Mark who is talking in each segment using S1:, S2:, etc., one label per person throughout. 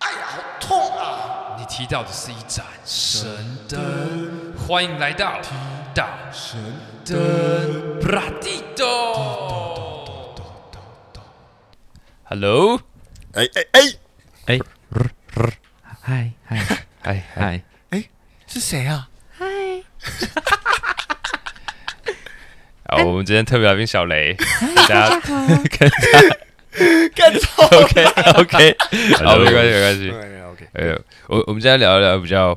S1: 啊
S2: 到的是一盏神灯，欢迎来到提到神灯布拉蒂多。Hello，
S1: 哎哎哎，
S2: 哎，嗨嗨嗨嗨，
S1: 是谁啊？
S2: 好，我们今天特别来宾小雷，哎大家
S1: 干操
S2: OK OK，好，没关系没关系。
S1: 哎！OK，
S2: 呃，我我们今天聊一聊比较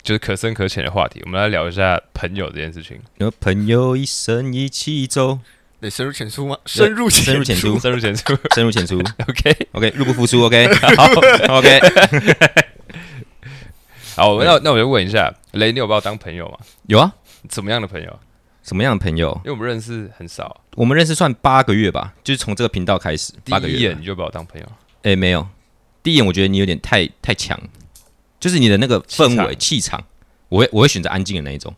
S2: 就是可深可浅的话题，我们来聊一下朋友这件事情。
S3: 有朋友一生一起走，
S1: 得深入浅出吗？深入
S3: 深入浅出
S2: 深入浅出
S3: 深入浅出。
S2: ，OK，
S3: OK，入不敷出。OK，好，OK，
S2: 好，那那我就问一下，雷，你有把我当朋友吗？
S3: 有啊。
S2: 怎么样的朋友？
S3: 什么样的朋友
S2: 因？为我们认识很少，
S3: 我们认识算八个月吧，就是从这个频道开始，
S2: 第
S3: 八个
S2: 一
S3: 月
S2: 眼
S3: 吧。
S2: 你就把我当朋友，
S3: 哎，没有，第一眼我觉得你有点太太强，就是你的那个氛围气场，我会我会选择安静的那一种。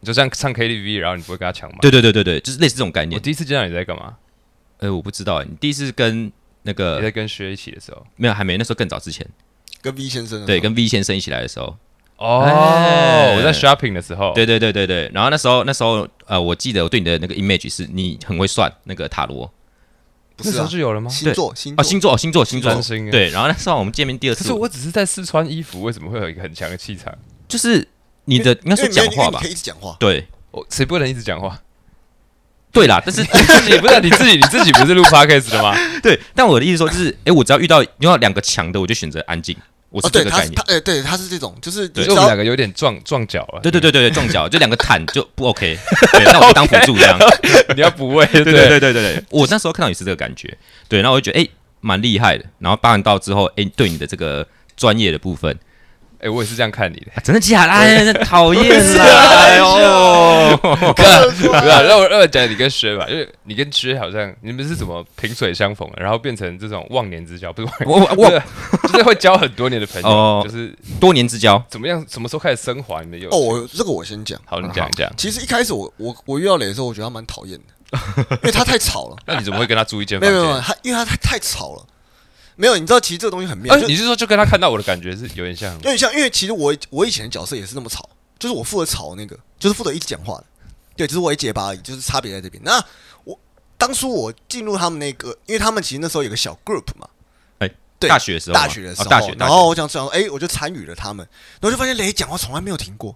S2: 你就像唱 KTV，然后你不会跟他抢吗？
S3: 对对对对对，就是类似这种概
S2: 我
S3: 念。
S2: 第一次见到你在干嘛？
S3: 呃，我不知道欸，你第一次跟那
S2: 你
S3: 个
S2: 在跟薛一起的时候。
S3: 没有还没那时候更早之前，
S1: 跟 V 先生啊
S3: 对，跟 V 先生一起来的时候，
S2: 哦，我在 shopping 的时候，
S3: 哎对对对对对，然后那时候那时候呃，我记得我对你的那个 image 是你很会算那个塔罗
S1: 不
S2: 那
S1: 是
S2: 时候
S1: 啊，
S2: 就有了吗？
S1: 星
S3: 对
S1: 座星
S3: 哦，
S1: 座
S3: 星座哦星座星座
S2: 占，星。，
S3: 对。然后那时候我们见面第二
S2: 可
S3: 次，
S2: 是我只是在试穿衣服，为什么会有一个很强的气场？
S3: 就是你的应该
S1: 因
S3: 说
S1: 为
S3: 讲
S1: 你因为
S3: 话
S1: 你
S3: 吧
S1: 可，以一直讲话，
S3: 对
S2: 我谁不能一直 讲话？
S3: 对啦， 但是
S2: 自己不是你自己，你自己不是录 podcast 的吗？
S3: 对，但我的意思说就是，哎，我只要遇到遇到两个强的，我就选择安静，我是
S1: 哦，
S3: 这
S1: 对，
S3: 个
S1: 他
S3: 概
S1: 是
S3: 念
S1: 他，，哎，对，他是这种，就是你
S2: 就
S1: 知
S2: 是我们
S1: 道
S2: 两个有点撞撞脚了。
S3: 对对对
S1: 嗯
S3: 对对，中脚就两个坦就不 OK，对，那我就当辅助这样，
S2: 对，你要补位，对
S3: 对对对对对对，我那时候看到你是这个感觉，对，然后我就觉得哎蛮厉害的，然后办完到之后，哎，对你的这个专业的部分。
S2: 哎，我也是这样看你的。
S3: 啊真的假的？哎，讨 厌啦！哎
S1: 啊
S3: 呦，
S2: 对啊，让我让我讲你跟薛吧，因为你跟薛好像你们是怎么萍水相逢的，然后变成这种忘年之交，不是忘
S3: 我
S2: 年，
S3: 我
S2: 就是就是会交很多年的朋友
S3: 哦，
S2: 就是
S3: 多年之交，
S2: 怎么样，什么时候开始升华你们有？
S1: 哦，我这个我先讲。
S2: 好，你讲一讲，
S1: 其实一开始我我我遇到磊的时候，我觉得他蛮讨厌的，因为他 太吵了。
S2: 那你怎么会跟他住一间
S1: 没
S2: 房
S1: 有没有没有，
S2: 间？
S1: 他因为他太太吵了。没有，你知道其实这个东西很妙，
S3: 啊
S2: 呃，
S1: 就
S2: 你是说就跟他看到我的感觉是有点像？
S1: 有点像，因为其实我我以前的角色也是那么吵，就是我负责吵那个，就是负责一直讲话的，对，只是我一结巴而已，就是差别在这边。那我当初我进入他们那个，因为他们其实那时候有个小 group 嘛，
S3: 哎
S1: 对，
S3: 大学的时候吗
S1: 大学的时候，
S3: 哦大学
S1: 然后我想想，哎、我就参与了他们，然后就发现雷讲话从来没有停过，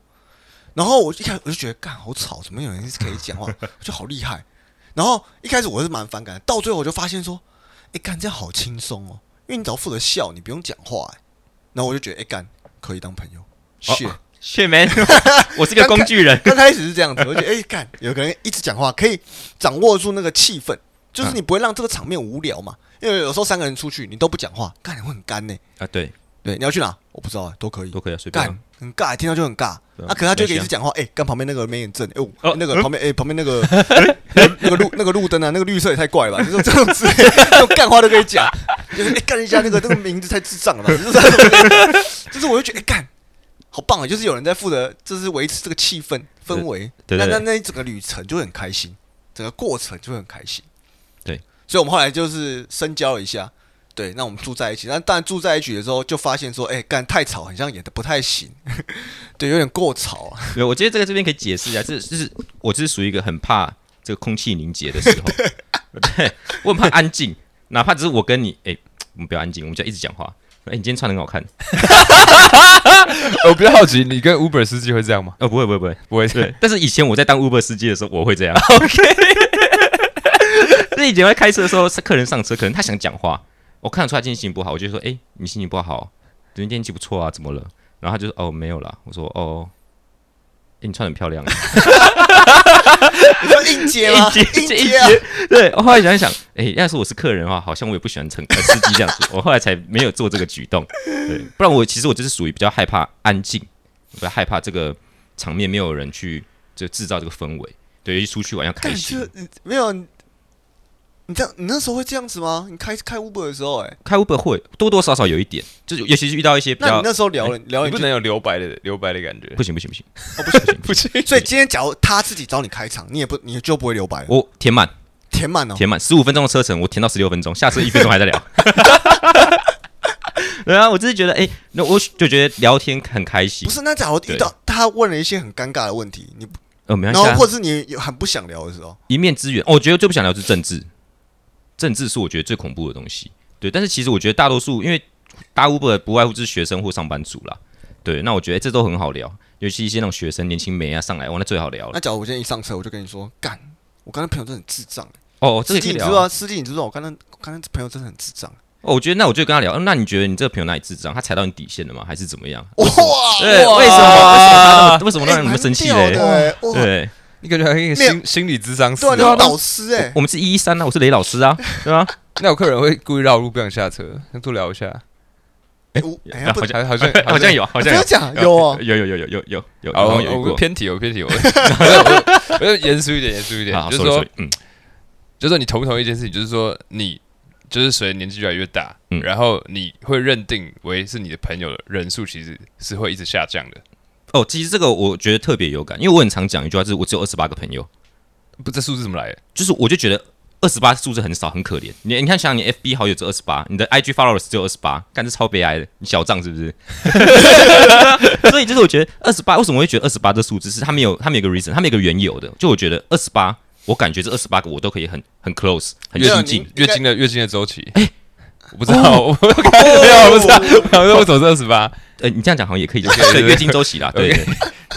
S1: 然后我一开始我就觉得，干好吵，怎么有人可以讲话， 我觉得好厉害。然后一开始我是蛮反感的，到最后我就发现说，哎、干这样好轻松哦，因为你只要负责笑，你不用讲话、哎然后我就觉得，哎、干可以当朋友。
S3: 哦
S1: 是，
S3: 谢 梅，我是个工具人。
S1: 刚开始是这样子，我觉得， 哎、干有个人一直讲话，可以掌握住那个气氛，
S3: 嗯
S1: 就是你不会让这个场面无聊嘛。因为有时候三个人出去，你都不讲话，干你会很干呢、
S3: 啊，对，
S1: 对，你要去哪？我不知道、啊，都可以
S3: 都。可以啊，随便
S1: 干
S3: 啊。
S1: 很尬，听到就很尬。
S3: 对啊
S1: 啊，可是他就可以一
S3: 没事
S1: 直
S3: 啊
S1: 讲话，哎、跟旁边那个没眼症，哎、我
S3: 哦
S1: 那个旁边，哎、旁边 那个那个那个路那个路灯啊，那个绿色也太怪了吧，就是这种之类 这种干话都可以讲，就是哎干、一下那个那个名字太 智障了吧，就是这种就是 我就觉得哎干、好棒啊，就是有人在负责，就是维持这个气氛氛围，
S3: 对对
S1: 那那
S3: 对
S1: 那一整个旅程就会很开心，整个过程就会很开心，
S3: 对，
S1: 所以我们后来就是深交了一下。对，那我们住在一起，但但住在一起的时候就发现说，哎、干太吵，很像演的不太行， 对，有点过吵 啊。
S3: 对，我觉得这个这边可以解释一下，这就是我就是属于一个很怕这个空气凝结的时 候，对我很怕安静，哪怕只是我跟你，哎，我们不要安静，我们就一直讲话。哎，你今天穿的很好看。
S2: 我比较好奇，你跟 Uber 司机会这样吗？
S3: 哦，不会不会不会，
S2: 不会这 样
S3: 对。但是以前我在当 Uber 司机的时候，我会这样。OK，所以以前在开车的时候，客人上车，可能他想讲话，我看得出他今天心情不好，我就说：“哎、你心情不好，昨天天气不错啊，怎么了？”然后他就说：“哦，没有啦。”我说：“哦，哎、你穿得很漂亮。”
S1: 你说应接吗？
S3: 应接
S1: 应
S3: 应
S1: 啊！
S3: 对， 我后来想一想，哎、要是我是客人的话，好像我也不喜欢乘客司机这样子。我后来才没有做这个举动，对，不然我其实我就是属于比较害怕安静，比较害怕这个场面没有人去就制造这个氛围。对，一出去玩要开
S1: 干，
S3: 心
S1: 就。你没有你，你这样，你那时候会这样子吗？你开开 Uber 的时候、哎，
S3: 开 Uber 会多多少少有一点，就是尤其是遇到一些比
S1: 那你
S3: 较哎
S1: 那时候聊了、聊了
S2: 你
S1: 你
S2: 不
S1: 就，
S2: 能有留白的留白的感觉
S3: 不，行不行不行，
S1: 哦、不行。
S2: 不行。
S1: 所以今天假如他自己找你开场，你也不你就不会留白了，
S3: 我填满
S1: 填满哦。
S3: 填满十五分钟的车程，我填到十六分钟，下次一分钟还在聊。对啊，我只是觉得，哎、那我就觉得聊天很开心
S1: 不。是，那假如遇到他问了一些很尴尬的问题，你
S3: 呃，没
S1: 然
S3: 关系、
S1: 后
S3: 啊
S1: 或，者是你有很不想聊的时候，
S3: 一面之缘、哦我觉得最不想聊就是政治，政治是我觉得最恐怖的东西。对，但是其实我觉得大多数，因为搭 Uber 不外乎就是学生或上班族啦。对，那我觉得、哎这都很好聊，尤其一些那种学生、年轻妹啊上来，哇，那最好聊了
S1: 那。假如我今天一上车，我就跟你说，干，我刚才朋友真的很智障。欸
S3: 哦，这
S1: 司
S3: 个可
S1: 机
S3: 以
S1: 你知
S3: 聊
S1: 道
S3: 啊。
S1: 啊，司机你知道，我刚才我刚才朋友真的很智障。
S3: 哦，我觉得那我就跟他聊，嗯那你觉得你这个朋友哪里智障？他踩到你底线了吗？还是怎么样？
S1: 哇，
S3: 对，为什么？为什 么他那么为什么
S1: 我
S3: 让你们生气嘞？
S1: 的，欸哇，
S3: 对，
S2: 你感觉还有一个心心理智商师
S1: 对啊，
S2: 哦、
S1: 你是导 师哎，
S3: 我们是一一三啊，我是雷老师啊，对吧？
S2: 那有客人会故意绕路不想下车，那多聊一下，
S1: 我哎
S3: 啊
S1: 呀，不
S3: 好
S2: 好好像
S3: 好像有，好
S1: 不
S3: 像
S1: 要
S3: 有，
S1: 讲，有哦，
S3: 有有有有有有有，
S2: 好，
S3: 好
S2: 我
S3: 像有遇
S2: 我
S3: 过。
S2: 偏题，我偏题，我 我我就严肃一点，严肃一点
S3: 好，，
S2: 就是
S3: sorry，
S2: 说
S3: sorry，，嗯，
S2: 就是说你同不同意一件事情，就是说你就是随着年纪越来越大，
S3: 嗯
S2: 然后你会认定为是你的朋友的人数其实是会一直下降的，
S3: 哦，其实这个我觉得特别有感，因为我很常讲一句话，就是我只有二十八个朋友，
S2: 不，这数字怎么来的？
S3: 就是我就觉得二十八数字很少，很可怜。你你看，想想你 FB 好友只有二十八，你的 IG followers 只有二十八，干这超悲哀的，你小账是不是？所以就是我觉得二十八，为什么我会觉得二十八这数字是他们有他们有一个 reason，他们有一个缘由的。就我觉得二十八，我感觉这二十八个我都可以很很 close，很
S2: 月
S1: 对啊
S3: 亲
S2: 经
S3: 近哦
S1: 你
S2: 经。
S1: 应
S2: 月
S1: 该
S2: 经的月经的周期，我不知道，我没有，我不知道，我想说我走这二十八，
S3: 呃，你这样讲好像也可以，
S2: 对
S3: 对
S2: 对
S3: 月经周期啦，对对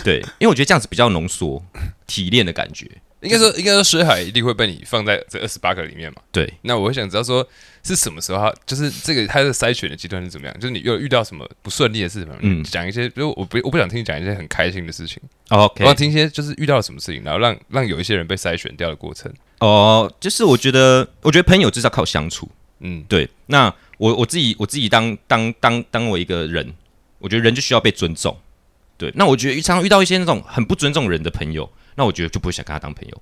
S3: 对，因为我觉得这样子比较浓缩提炼的感觉。
S2: 应该说应该说薛海一定会被你放在这二十八个里面嘛。
S3: 对，
S2: 那我会想知道说是什么时候他，就是这个他的筛选的极端是怎么样？就是你又遇到什么不顺利的事情吗？
S3: 嗯
S2: 嗯，讲一些，就我不我不想听你讲一些很开心的事情，我
S3: OK，
S2: 想听一些就是遇到了什么事情，然后让让有一些人被筛选掉的过程。
S3: 哦，就是我觉得，我觉得朋友就是要靠相处。
S2: 嗯，
S3: 对，那我我自己我自己当当当当我一个人，我觉得人就需要被尊重。对，那我觉得常常遇到一些那种很不尊重人的朋友，那我觉得就不会想跟他当朋友。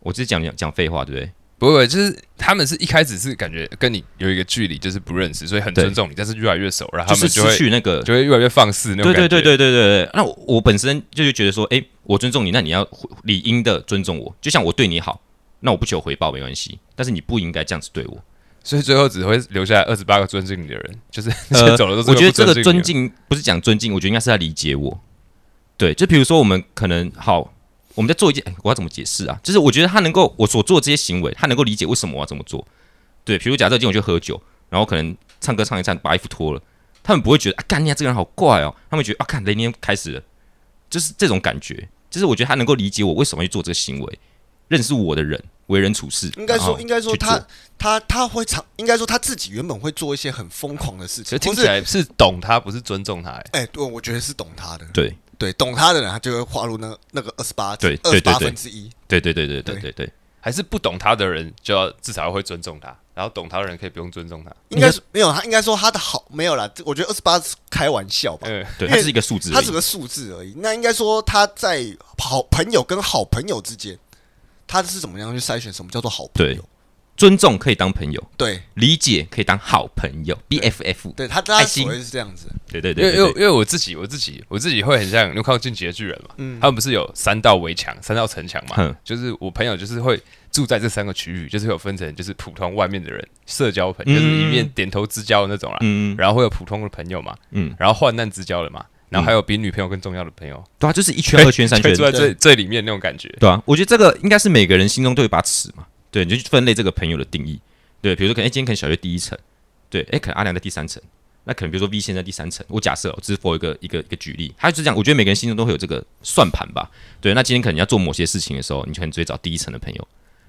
S3: 我只是讲讲讲废话，对不对？
S2: 不会，就是他们是一开始是感觉跟你有一个距离，就是不认识，所以很
S3: 对
S2: 尊重你，但是越来越熟，然后
S3: 就
S2: 他
S3: 是
S2: 们就
S3: 失
S2: 会
S3: 去那个，
S2: 就会越来越放肆那
S3: 对
S2: 种
S3: 对
S2: 感觉。
S3: 对对对对对。那我我本身就是觉得说，诶，我尊重你，那你要理应的尊重我，就像我对你好，那我不求回报没关系，但是你不应该这样子对我。
S2: 所以最后只会留下二十八个尊敬你的人，就是
S3: 呃，
S2: 走了都是
S3: 我觉得这
S2: 不
S3: 个
S2: 尊
S3: 尊
S2: 敬你的
S3: 敬不是讲尊敬，我觉得应该是他理解我。对，就比如说我们可能好，我们在做一件，哎我要怎么解释啊？就是我觉得他能够我所做这些行为，他能够理解为什么我要这么做。对，比如假设今天我去喝酒，然后可能唱歌唱一唱，把衣服脱了，他们不会觉得啊，干你、啊、这个人好怪哦，他们觉得啊，看雷尼开始了，就是这种感觉。就是我觉得他能够理解我为什么要去做这个行为，认识我的人，为人处事，
S1: 应该
S3: 然
S1: 说，
S3: 后
S1: 应该说
S3: 去做
S1: 他他他会常，应该说他自己原本会做一些很疯狂的事
S2: 其实听
S1: 情，不
S2: 起
S1: 是？
S2: 来是懂他，不是尊重他、欸。
S1: 哎，对，我觉得是懂他的，
S3: 对
S1: 对，懂他的人，他就会划入那那个二十八，
S3: 对
S1: 二
S3: 对
S1: 十
S3: 对
S1: 八
S3: 对
S1: 分之一。
S3: 对对对对对对对。
S2: 还是不懂他的人，就要至少会尊重他，然后懂他的人可以不用尊重他。
S1: 应该是没有，他应该说他的好没有啦，这我觉得二十八是开玩笑吧，
S2: 嗯，
S3: 对，
S1: 因
S3: 它
S1: 为
S3: 是一个数字而已，
S1: 他只是个数字而已。那应该说他在好朋友跟好朋友之间，他是怎么样去筛选什么叫做好朋友？
S3: 尊重可以当朋友，
S1: 对
S3: 理解可以当好朋友，BFF。
S1: 对，他他
S3: 爱心
S1: 所谓是这样子，
S3: 对对
S2: 因为
S3: 对
S2: 因为
S3: 对
S2: 因为我自己我自己我自己会很像，你有看过《进击的巨人》嘛？他们不是有三道围墙、三道城墙嘛
S3: 哼？
S2: 就是我朋友就是会住在这三个区域，就是有分成就是普通外面的人，社交朋友就是一面点头之交的那种啦。
S3: 嗯
S2: 然后会有普通的朋友嘛，
S3: 嗯，
S2: 然后患难之交的嘛，然后还有比女朋友更重要的朋友，
S3: 对啊，就是一圈、二圈、三
S2: 就
S3: 圈
S2: 会，住在最最里面那种感觉。
S3: 对啊，我觉得这个应该是每个人心中都有一把尺嘛。对，你就去分类这个朋友的定义。对，比如说可哎能、诶今天可能小学第一层，对，哎，可能阿良在第三层，那可能比如说 V 先生在第三层。我假设哦，只是 for 一个一个一个举例，他就是这样。我觉得每个人心中都会有这个算盘吧。对，那今天可能你要做某些事情的时候，你可能只会找第一层的朋友，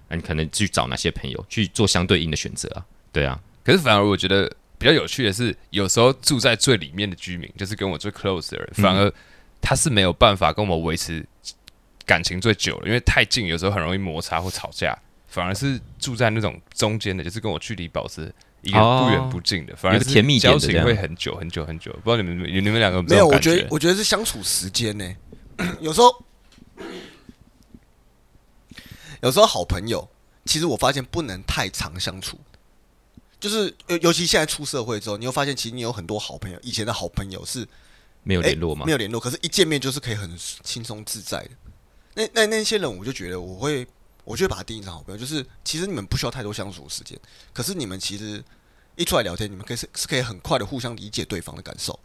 S3: 那你可能去找哪些朋友去做相对应的选择啊？对啊，
S2: 可是反而我觉得比较有趣的是，有时候住在最里面的居民，就是跟我最 close 的人，
S3: 嗯
S2: 反而他是没有办法跟我维持感情最久的，因为太近，有时候很容易摩擦或吵架。反而是住在那种中间的，就是跟我距离保持一个
S3: 哦
S2: 不远不近的，反
S3: 有
S2: 而
S3: 个
S2: 是
S3: 甜蜜点
S2: 交
S3: 的这
S2: 情
S3: 样
S2: 会很久很久很久。不知道你们你们两个有
S1: 没
S2: 有这
S1: 有，
S2: 种
S1: 我
S2: 感
S1: 觉得我觉得是相处时间呢、 有时候有时候好朋友，其实我发现不能太常相处，就是尤尤其现在出社会之后，你会发现其实你有很多好朋友，以前的好朋友是
S3: 没有
S1: 诶
S3: 联络吗
S2: 哎
S1: 没？有联络，可是一见面就是可以很轻松自在的。那那那些人，我就觉得我会，我就会把他定义成好朋友，就是其实你们不需要太多相处时间，可是你们其实一出来聊天，你们可以是是可以很快的互相理解对方的感受。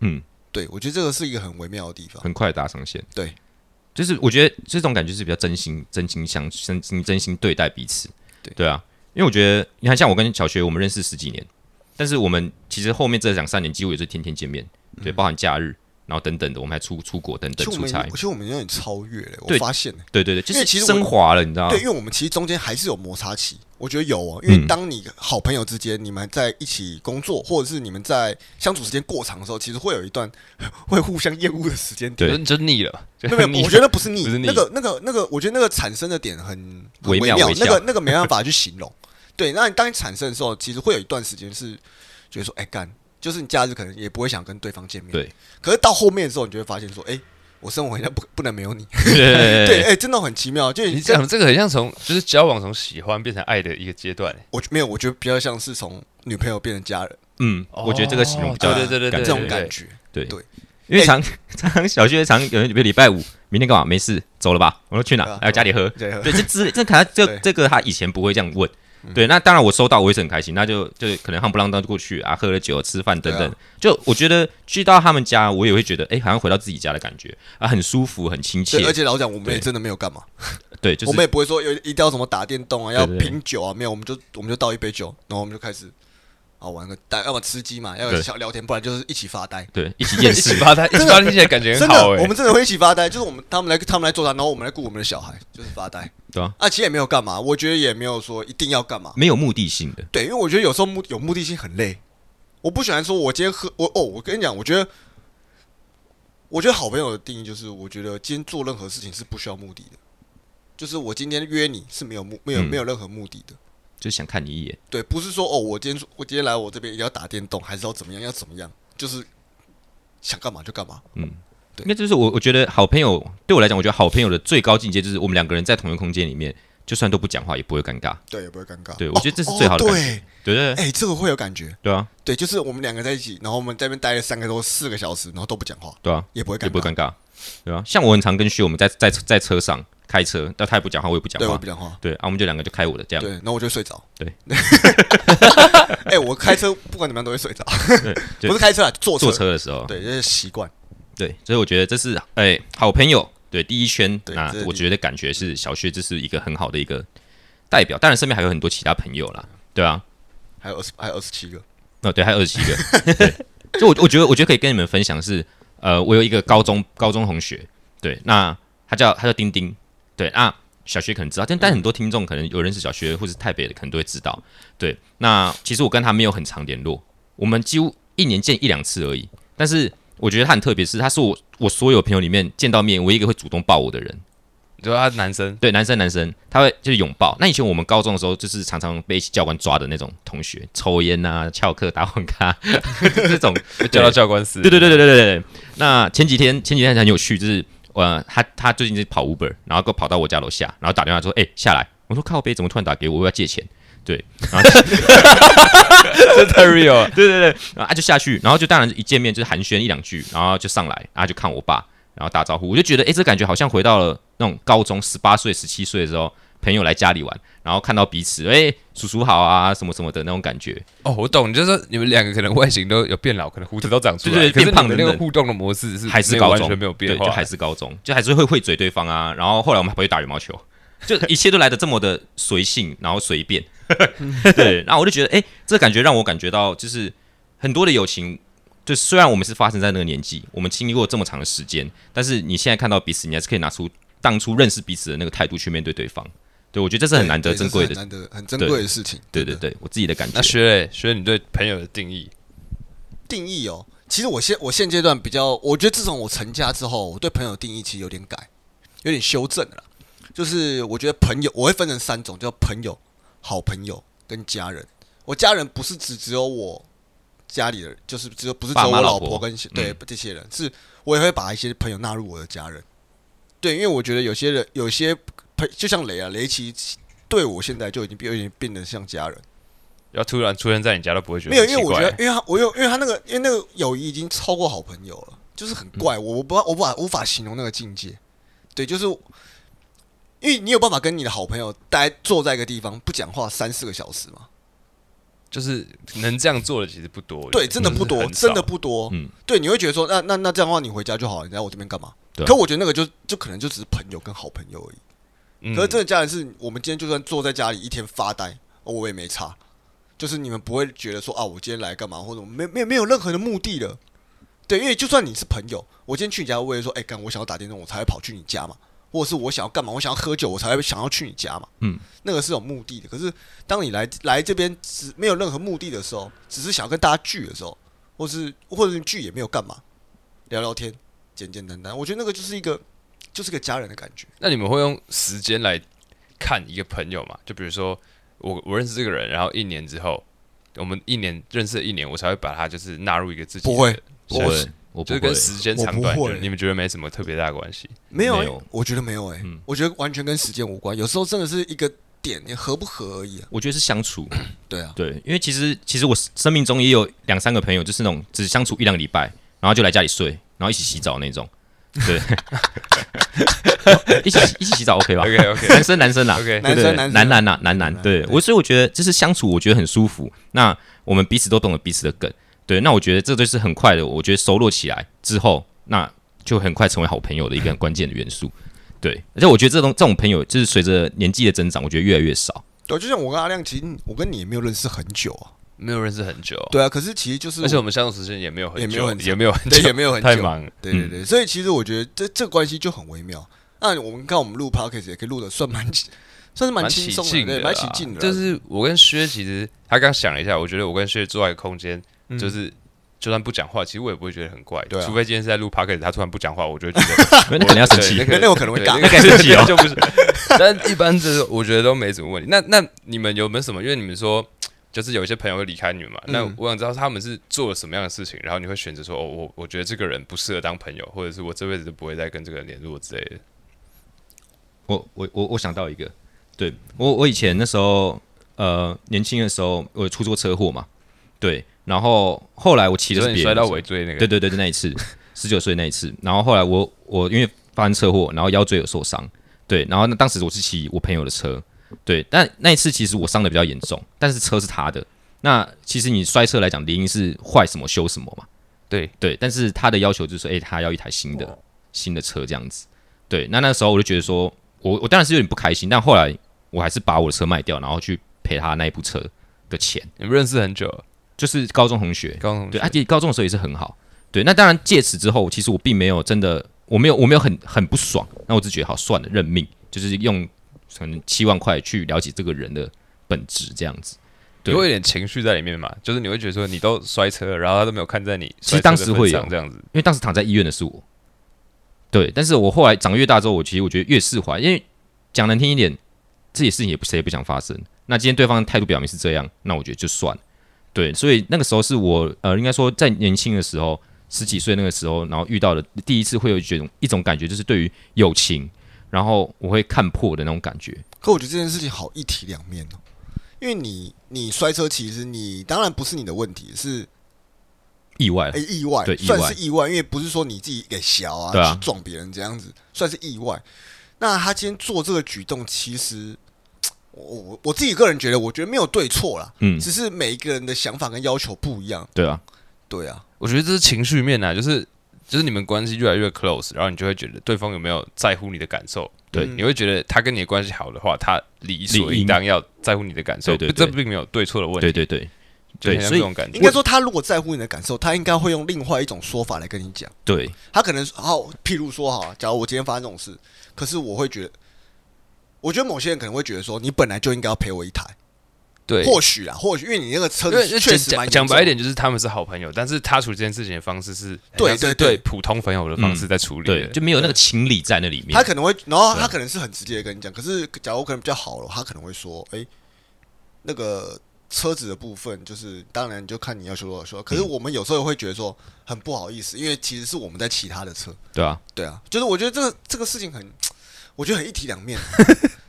S3: 嗯，
S1: 对我觉得这个是一个很微妙的地方。
S3: 很快地搭上线。
S1: 对，
S3: 就是我觉得这种感觉是比较真心、真心相、真心真心对待彼此。
S1: 对
S3: 对啊，因为我觉得你看，像我跟小学我们认识十几年，但是我们其实后面这两三年几乎也是天天见面，
S1: 嗯
S3: 对，包含假日，然后等等的，我们还出出国等
S1: 其
S3: 等
S1: 实我
S3: 出
S1: 们
S3: 差
S1: 其。实我们有点超越了，我
S3: 对
S1: 发现了。
S3: 对对对，就
S1: 因为
S3: 是
S1: 其实我
S3: 升华了，你知道吗
S1: 对，？因为我们其实中间还是有摩擦期，我觉得有哦。因为
S3: 嗯
S1: 当你好朋友之间，你们在一起工作，或者是你们在相处时间过长的时候，其实会有一段 会互相厌恶的时间点。
S3: 对
S2: 就就腻了，就
S1: 没有，没
S2: 腻
S1: 有，
S2: 了
S1: 我觉得不是腻，
S2: 不是腻
S1: 那个、那个、那个，我觉得那个产生的点很很
S3: 微
S1: 妙，
S3: 妙微
S1: 那
S3: 笑
S1: 个那个没办法去形容。对，那你当你产生的时候，其实会有一段时间是觉得说，哎、干，就是你假日可能也不会想跟对方见面。
S3: 对。
S1: 可是到后面的时候，你就会发现说，哎、我生活好像不不能没有你。
S3: 对对对 对
S1: 对，哎、真的很奇妙。就
S2: 你
S1: 这样，
S2: 讲这个很像从就是交往从喜欢变成爱的一个阶段，
S1: 我没有，我觉得比较像是从女朋友变成家人呃
S3: 嗯，我觉得这个形容比较
S2: 哦对对对对
S3: 感
S1: 这
S3: 觉
S1: 种感觉。
S3: 因为常 常小学常有人比如礼拜五明天干嘛没事走了吧，我说去
S1: 对啊
S3: 哪？来家里喝，
S1: 对，
S3: 对，这之类这可能
S1: 对嗯
S3: 这这个他以前不会这样问。对，那当然我收到我也是很开心，那就就可能夯不啷当就过去啊，喝了酒、吃饭等
S1: 对
S3: 等。
S1: 啊
S3: 就我觉得去到他们家，我也会觉得，哎、好像回到自己家的感觉啊，很舒服，很亲切
S1: 对，。而且老实讲，我们也
S3: 对
S1: 真的没有干嘛，
S3: 对，就
S1: 我们
S3: 是
S1: 也不会说有一定要什么打电动啊，要
S3: 对对对
S1: 拼酒啊，没有，我们就我们就倒一杯酒，然后我们就开始啊玩个，但要么吃鸡嘛，要么
S3: 对
S1: 小聊天，不然就是一起发呆。
S3: 对一起厌
S2: 一
S3: 世
S2: 起。发呆，一起发呆，听起来感觉很
S1: 真的
S2: 好，
S3: 欸
S2: 哎
S1: 我。们真的会一起发呆，就是我们他们来他们来做啥，然后我们来顾我们的小孩，就是发呆。
S3: 对啊，
S1: 啊，其实也没有干嘛，我觉得也没有说一定要干嘛。
S3: 没有目的性的，
S1: 对，因为我觉得有时候目有目的性很累，我不喜欢说我今天喝我哦，我跟你讲，我觉得。我觉得好朋友的定义就是，我觉得今天做任何事情是不需要目的的，就是我今天约你是没有目没有
S3: 嗯
S1: 没有任何目的的，
S3: 就想看你一眼。
S1: 对，不是说哦，我今天我今天来我这边也要打电动，还是要怎么样要怎么样，就是想干嘛就干嘛，
S3: 嗯，
S1: 对
S3: 应该就是我我觉得好朋友对我来讲，我觉得好朋友的最高境界就是我们两个人在同一个空间里面，就算都不讲话也不会尴尬。
S1: 对，也不会尴尬。
S3: 对
S1: 哦
S3: 我觉得这是最好的
S1: 哦、
S3: 感
S1: 对，
S3: 对对对
S1: 哎、这个会有感觉。
S3: 对啊，
S1: 对，就是我们两个在一起，然后我们在那边待了三个多四个小时，然后都不讲话，
S3: 对啊。
S1: 也不会尴尬，
S3: 也不会尴尬，对啊，像我很常跟旭，我们在在在车上开车，但他也不讲话，我也不讲
S1: 对，我
S3: 话
S1: 不，讲话。
S3: 对啊，我们就两个就开我的这样
S1: 对，，然后我就睡着。
S3: 对，
S1: 哎、我开车不管怎么样都会睡着，
S3: 对
S1: 不是开车啊，坐车。
S3: 坐车的时候，
S1: 对，这是习惯。
S3: 对，所以我觉得这是哎、好朋友，对第一圈，
S1: 对
S3: 那
S1: 这是嗯
S3: 我觉得感觉是小薛这是一个很好的一个代表，当然身边还有很多其他朋友啦，对啊，
S1: 还有二十，还有二十七个。
S3: 哦对，还有二十七个，对，就我我觉得我觉得可以跟你们分享是，呃，我有一个高中高中同学，对，那他叫他叫丁丁，对，那小薛可能知道，但但很多听众可能有认识小薛或是台北的，可能都会知道，对，那其实我跟他没有很常联络，我们几乎一年见一两次而已。但是我觉得他很特别，是他是我我所有朋友里面见到面唯一一个会主动抱我的人。
S2: 你说他男生
S3: 对，男生男生他会就是拥抱。那以前我们高中的时候，就是常常被教官抓的那种同学，抽烟啊、翘课、打网咖 这种。
S2: 被叫到教官室，
S3: 对对对对对对对。那前几天前几天很有趣，就是呃，他他最近是跑 Uber，然后给我跑到我家楼下，然后打电话说：“哎、下来。”我说：“靠背，怎么突然打给我？我要借钱。”对，然后
S2: 这太 real 了。
S3: 对对对，然后他就下去，然后就当然一见面就是寒暄一两句，然后就上来，然后就看我爸，然后打招呼，我就觉得哎诶，这感觉好像回到了那种高中十八岁、十七岁的时候，朋友来家里玩，然后看到彼此，诶，叔叔好啊，什么什么的那种感觉。
S2: 哦，我懂，你就是说你们两个可能外形都有变老，可能胡子都长出来，
S3: 对对
S2: 可是
S3: 变胖
S2: 你们
S3: 等
S2: 那个
S3: 等
S2: 互动的模式是
S3: 还是
S2: 没有
S3: 高
S2: 完
S3: 中
S2: 全没有变化，
S3: 对，就还是高中，就还是会会嘴对方啊。然后后来我们还跑去打羽毛球，就一切都来的这么的随性，然后随便。 对，然后我就觉得，哎、这感觉让我感觉到，就是很多的友情，就虽然我们是发生在那个年纪，我们经历过这么长的时间，但是你现在看到彼此，你还是可以拿出当初认识彼此的那个态度去面对对方。对，我觉得这是很难得
S1: 对
S3: 珍贵
S1: 这是
S3: 的。
S1: 很难得、很珍贵的事情。
S3: 对
S1: 真
S3: 对
S1: 的
S3: 对，我自己的感觉
S2: 那。薛磊，薛，你对朋友的定义，
S1: 定义哦，其实我现我现阶段比较，我觉得自从我成家之后，我对朋友的定义其实有点改，有点修正了啦。就是我觉得朋友，我会分成三种，叫朋友、好朋友跟家人。我家人不是只只有我家里的人，就是只有不是只
S3: 爸
S1: 有
S3: 妈
S1: 我
S3: 老
S1: 老婆
S3: 婆嗯
S1: 跟对这些人，是我也会把一些朋友纳入我的家人。对，因为我觉得有些人有些朋，就像雷啊，雷奇对我现在就已经变有点变得像家人。
S2: 要突然出现在你家都不会觉得
S1: 没有，
S2: 很
S1: 因为我
S2: 奇
S1: 觉
S2: 怪
S1: 得，因为他，我有，因为他那个，因为那个友谊已经超过好朋友了，就是很怪，
S2: 嗯
S1: 我我不知道，我无法无法形容那个境界。对，就是因为你有办法跟你的好朋友待坐在一个地方不讲话三四个小时吗？
S2: 就是能这样做的其实不多。
S1: 对，真的 不多，真的
S2: 不
S1: 不多。
S3: 嗯
S1: 对，你会觉得说，那那那这样的话，你回家就好了，你来我这边干嘛？
S3: 对啊
S1: 可我觉得那个就就可能就只是朋友跟好朋友而已。
S2: 嗯
S1: 可是真的家人是我们今天就算坐在家里一天发呆，哦我也没差。就是你们不会觉得说啊，我今天来干嘛，或者我没没没有任何的目的了。对，因为就算你是朋友，我今天去你家，我也说，哎、干，我想要打电动，我才会跑去你家嘛，或者是我想要干嘛，我想要喝酒，我才会想要去你家嘛。
S3: 嗯，
S1: 那个是有目的的。可是当你来来这边只没有任何目的的时候，只是想要跟大家聚的时候，或是或者是聚也没有干嘛，聊聊天，简简单单，我觉得那个就是一个就是个家人的感觉。
S2: 那你们会用时间来看一个朋友嘛？就比如说我我认识这个人，然后一年之后，我们一年认识了一年，我才会把他就是纳入一个自己的
S1: 不会，
S3: 不
S2: 我
S3: 会，我
S2: 就
S3: 不
S2: 是
S3: 会
S2: 跟，时间
S1: 我
S2: 长
S1: 不
S2: 短，
S1: 会
S2: 就你们觉得没什么特别大的关系？
S1: 没有欸，
S3: 没有
S1: 我觉得没有哎、
S3: 嗯
S1: 我觉得完全跟时间无关，有时候真的是一个点，你合不合而已、啊。
S3: 我觉得是相处，
S1: 对啊，
S3: 对，因为其实其实我生命中也有两三个朋友，就是那种只相处一两个礼拜，然后就来家里睡，然后一起洗澡那种。对， 一起一起洗澡 OK 吧
S2: OK OK
S3: 男生男生啦对对
S2: OK，
S1: 男生
S3: 对
S1: 男生
S3: 男男呐男男，对我所以我觉得就是相处，我觉得很舒服。那我们彼此都懂得彼此的梗，对，那我觉得这就是很快的，我觉得熟络起来之后，那就很快成为好朋友的一个很关键的元素。对，而且我觉得这种这种朋友，就是随着年纪的增长，我觉得越来越少。
S1: 对，啊就像我跟阿亮，其实我跟你也没有认识很久啊。
S2: 没有认识很久，
S1: 对啊，可是其实就是
S2: 而且我们相处时间也没有很
S1: 也没有
S2: 久
S1: 很，长
S2: 也没有很
S1: 对也
S2: 久，
S1: 没有很
S2: 太
S1: 久，
S2: 忙嗯了。
S1: 对对对，所以其实我觉得这这关系就很微妙。那我们看我们录 podcast 也可以录的算蛮 算是蛮轻
S2: 起
S1: 松
S2: 劲
S1: 对，
S2: 啦
S1: 蛮起劲的啦。啊
S2: 就是我跟薛，其实他刚想了一下，我觉得我跟薛坐在一个空间，就是就算不讲话，其实我也不会觉得很怪。
S1: 嗯对啊
S2: 除非今天是在录 p o d c a s 他突然不讲话，我就会觉得
S3: 因为那可能要生气
S2: 对，
S1: 那我可能会
S2: 对
S1: 尬
S3: 那
S2: 那
S3: 可能生气哦
S2: 就不是。但一般这我觉得都没什么问题。那那你们有没有什么？因为你们说。就是有一些朋友会离开你们嘛，那
S1: 嗯
S2: 我想知道他们是做了什么样的事情，然后你会选择说，哦，我我觉得这个人不适合当朋友，或者是我这辈子都不会再跟这个人联络之类的。
S3: 我我我我想到一个，对我我以前那时候呃年轻的时候，我出过车祸嘛，对，然后后来我骑
S2: 比
S3: 的
S2: 如
S3: 是
S2: 说
S3: 别人
S2: 你摔到
S3: 车
S2: 尾椎那个，
S3: 对对对，就那一次，十九岁那一次。然后后来我我因为发生车祸，然后腰椎有受伤，对，然后那当时我是骑我朋友的车，对，但那一次其实我伤的比较严重，但是车是他的。那其实你摔车来讲，理应是坏什么修什么嘛，
S2: 对
S3: 对，但是他的要求就是，哎、他要一台新的、新的车这样子。对，那那时候我就觉得说，我我当然是有点不开心，但后来我还是把我的车卖掉，然后去赔他那一部车的钱，
S2: 你们认识很久了，
S3: 就是高中同学，
S2: 高中
S3: 对，而且高中的时候也是很好。对，那当然借此之后，其实我并没有真的，我没有，我没有很很不爽。那我只觉得好算了，认命，就是用可能七万块去了解这个人的本质这样子。
S2: 你
S3: 对
S2: 会有点情绪在里面嘛？就是你会觉得说你都摔车了，然后他都没有看在你
S3: 其实
S2: 摔车的
S3: 当
S2: 份上，
S3: 时会有
S2: 这样子，
S3: 因为当时躺在医院的是我，对。但是我后来长越大之后，我其实我觉得越释怀，因为讲难听一点，这些事情也不谁也不想发生。那今天对方态度表明是这样，那我觉得就算了。对，所以那个时候是我呃，应该说在年轻的时候，十几岁那个时候，然后遇到的第一次会有一种一种感觉，就是对于友情，然后我会看破的那种感觉。
S1: 可我觉得这件事情好一体两面哦，因为你你摔车，其实你当然不是你的问题，是
S3: 意外了
S1: 哎、意外，
S3: 对意
S1: 算
S3: 外
S1: 是意外，因为不是说你自己给小啊，
S3: 对啊
S1: 去撞别人这样子，算是意外。那他今天做这个举动，其实我我我自己个人觉得，我觉得没有对错啦，
S3: 嗯，
S1: 只是每一个人的想法跟要求不一样。
S3: 对啊，
S1: 对啊，
S2: 我觉得这是情绪面啊，就是就是你们关系越来越 close，然后你就会觉得对方有没有在乎你的感受，
S3: 对
S1: 嗯
S2: 你会觉得他跟你的关系好的话，他理所应当要在乎你的感受，
S3: 对对
S2: 这
S3: 对
S2: 并没有对错的问题，
S3: 对对对
S2: 就很
S3: 对
S2: 像
S3: 所
S2: 这
S3: 以
S2: 种感觉
S1: 应。该说他如果在乎你的感受，他应该会用另外一种说法来跟你讲。
S3: 对，
S1: 他可能好，譬如说哈，假如我今天发生这种事，可是我会觉得，我觉得某些人可能会觉得说，你本来就应该要赔我一台，
S2: 对，
S1: 或许啊，或许因为你那个车
S2: 因为因
S1: 子
S2: 为
S1: 确
S2: 讲
S1: 实
S2: 讲
S1: 蛮严
S2: 讲
S1: 重
S2: 白一点，就是他们是好朋友，但是他处理这件事情的方式是
S1: 对
S2: 很像是
S1: 对对
S2: 对普通朋友的方式在处理的，
S3: 对，就没有那个情理在那里面
S1: 他。可能会，然后他可能是很直接的跟你讲，可是假如可能比较好了，他可能会说，哎、那个车子的部分，就是当然就看你要修多少
S3: 嗯
S1: 修。啊可是我们有时候也会觉得说很不好意思，因为其实是我们在骑他的车，
S3: 对啊，
S1: 对啊，就是我觉得这个这个事情很，我觉得很一体 两面，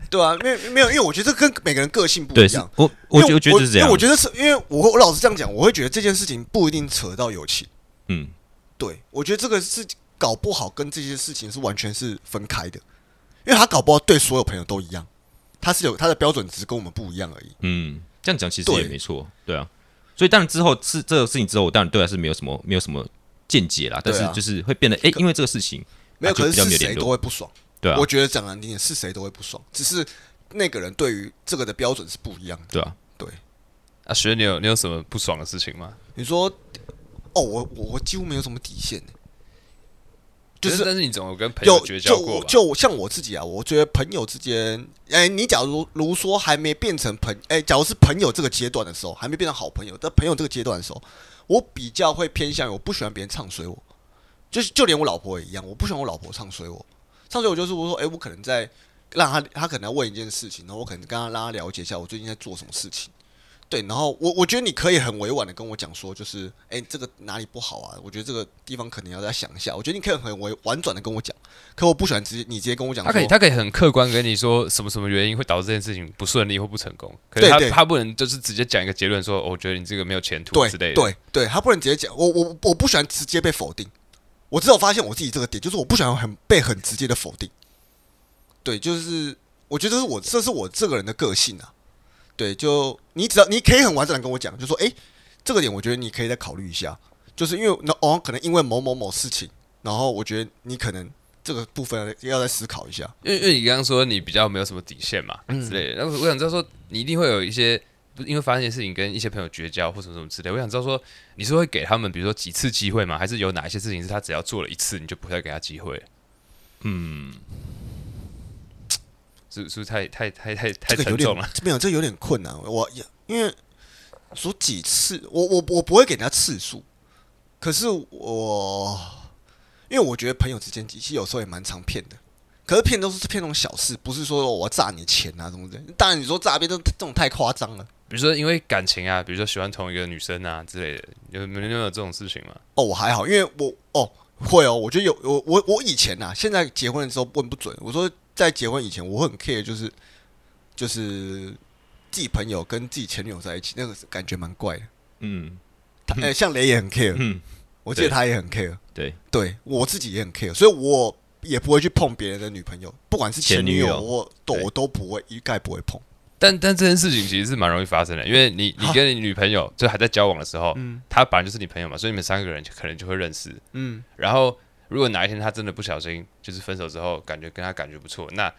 S1: 对啊，没有没有，因为我觉得这跟每个人个性不
S3: 对，
S1: 一
S3: 是
S1: 样。
S3: 我我觉得我觉得就
S1: 因为
S3: 是这
S1: 因
S3: 样
S1: 为我。觉得是因为我我老实这样讲，我会觉得这件事情不一定扯到友情。
S3: 嗯，
S1: 对，我觉得这个是搞不好跟这些事情是完全是分开的，因为他搞不好对所有朋友都一样，他是有他的标准，只是跟我们不一样而已。
S3: 嗯，这样讲其实
S1: 对
S3: 也没错，对啊。所以当然之后是这个事情之后，我当然对他是没有什么没有什么见解啦，但
S1: 对啊
S3: 是就是会变得哎、因为这个事情
S1: 没有，
S3: 啊就
S1: 可是
S3: 比较没
S1: 是
S3: 有联
S1: 谁
S3: 络
S1: 都会不爽。
S3: 对啊
S1: 我觉得讲难听点，是谁都会不爽，只是那个人对于这个的标准是不一样的。
S3: 对啊，
S1: 对，
S2: 啊，学你有你有什么不爽的事情吗？
S1: 你说，哦，我我我几乎没有什么底线欸就
S2: 可
S1: 是
S2: 但是你总有跟朋
S1: 有
S2: 友绝
S1: 就
S2: 交过
S1: 我
S2: 吧？
S1: 就我像我自己啊，我觉得朋友之间，哎、你假如如说还没变成朋，哎、假如是朋友这个阶段的时候，还没变成好朋友，但朋友这个阶段的时候，我比较会偏向于我不喜欢别人唱衰我，就是就连我老婆也一样，我不喜欢我老婆唱衰我，唱衰我就是我说，哎、我可能在让他，他可能要问一件事情，然后我可能跟他让他了解一下我最近在做什么事情。对，然后我我觉得你可以很委婉的跟我讲说，就是哎，这个哪里不好啊？我觉得这个地方可能要再想一下。我觉得你可以很委婉转的跟我讲，可我不喜欢直接你直接跟我讲
S2: 他可以，
S1: 说，
S2: 他可以很客观跟你说什么什么原因会导致这件事情不顺利或不成功。可是
S1: 对
S2: 他
S1: 对
S2: 他不能就是直接讲一个结论说，哦我觉得你这个没有前途
S1: 对
S2: 之类的。，
S1: 对对，他不能直接讲，我我我不喜欢直接被否定。我只有发现我自己这个点，就是我不喜欢很被很直接的否定。对，就是我觉得这是我这是我这个人的个性啊。对，就你只要你可以很完整的跟我讲，就说哎、诶这个点我觉得你可以再考虑一下，就是因为那哦可能因为某某某事情，然后我觉得你可能这个部分要再思考一下。
S2: 因为因为你刚刚说你比较没有什么底线嘛、
S1: 嗯
S2: 之类的，那我我想知道说你一定会有一些。不是因为发生一些事情跟一些朋友绝交或什么什么之类，我想知道说你是会给他们比如说几次机会吗？还是有哪一些事情是他只要做了一次你就不再给他机会了？嗯，是是不是太太太太太
S1: 这个
S2: 沉
S1: 有点
S2: 重了？
S1: 没有，这有点困难。我因为说几次，我我我不会给人家次数，可是我因为我觉得朋友之间其实有时候也蛮常骗的，可是骗都是骗那种小事，不是说我要诈你钱啊什么的。当然你说诈骗这这种太夸张了。
S2: 比如说因为感情啊，比如说喜欢同一个女生啊之类的，有没有有没有这种事情吗？
S1: 哦，我还好，因为我哦会哦，我觉得有我我我以前呐、啊，现在结婚的时候问不准。我说在结婚以前，我会很 care，就是就是自己朋友跟自己前女友在一起，那个感觉蛮怪的。
S3: 嗯，
S1: 他 呃，像雷也很 care，、
S3: 嗯
S1: 我记得
S3: 对
S1: 他也很 care，
S3: 对，
S1: 对我自己也很 care，所以我也不会去碰别人的女朋友，不管是前
S3: 前女
S1: 女友
S3: 友
S1: 或都
S3: 对
S1: 我都不会，一概不会碰。
S2: 但但这件事情其实是蛮容易发生的，因为你你
S1: 啊
S2: 跟你女朋友就还在交往的时候，
S1: 嗯
S2: 她本来就是你朋友嘛，所以你们三个人就可能就会认识。
S1: 嗯，
S2: 然后如果哪一天她真的不小心就是分手之后，感觉跟她感觉不错，那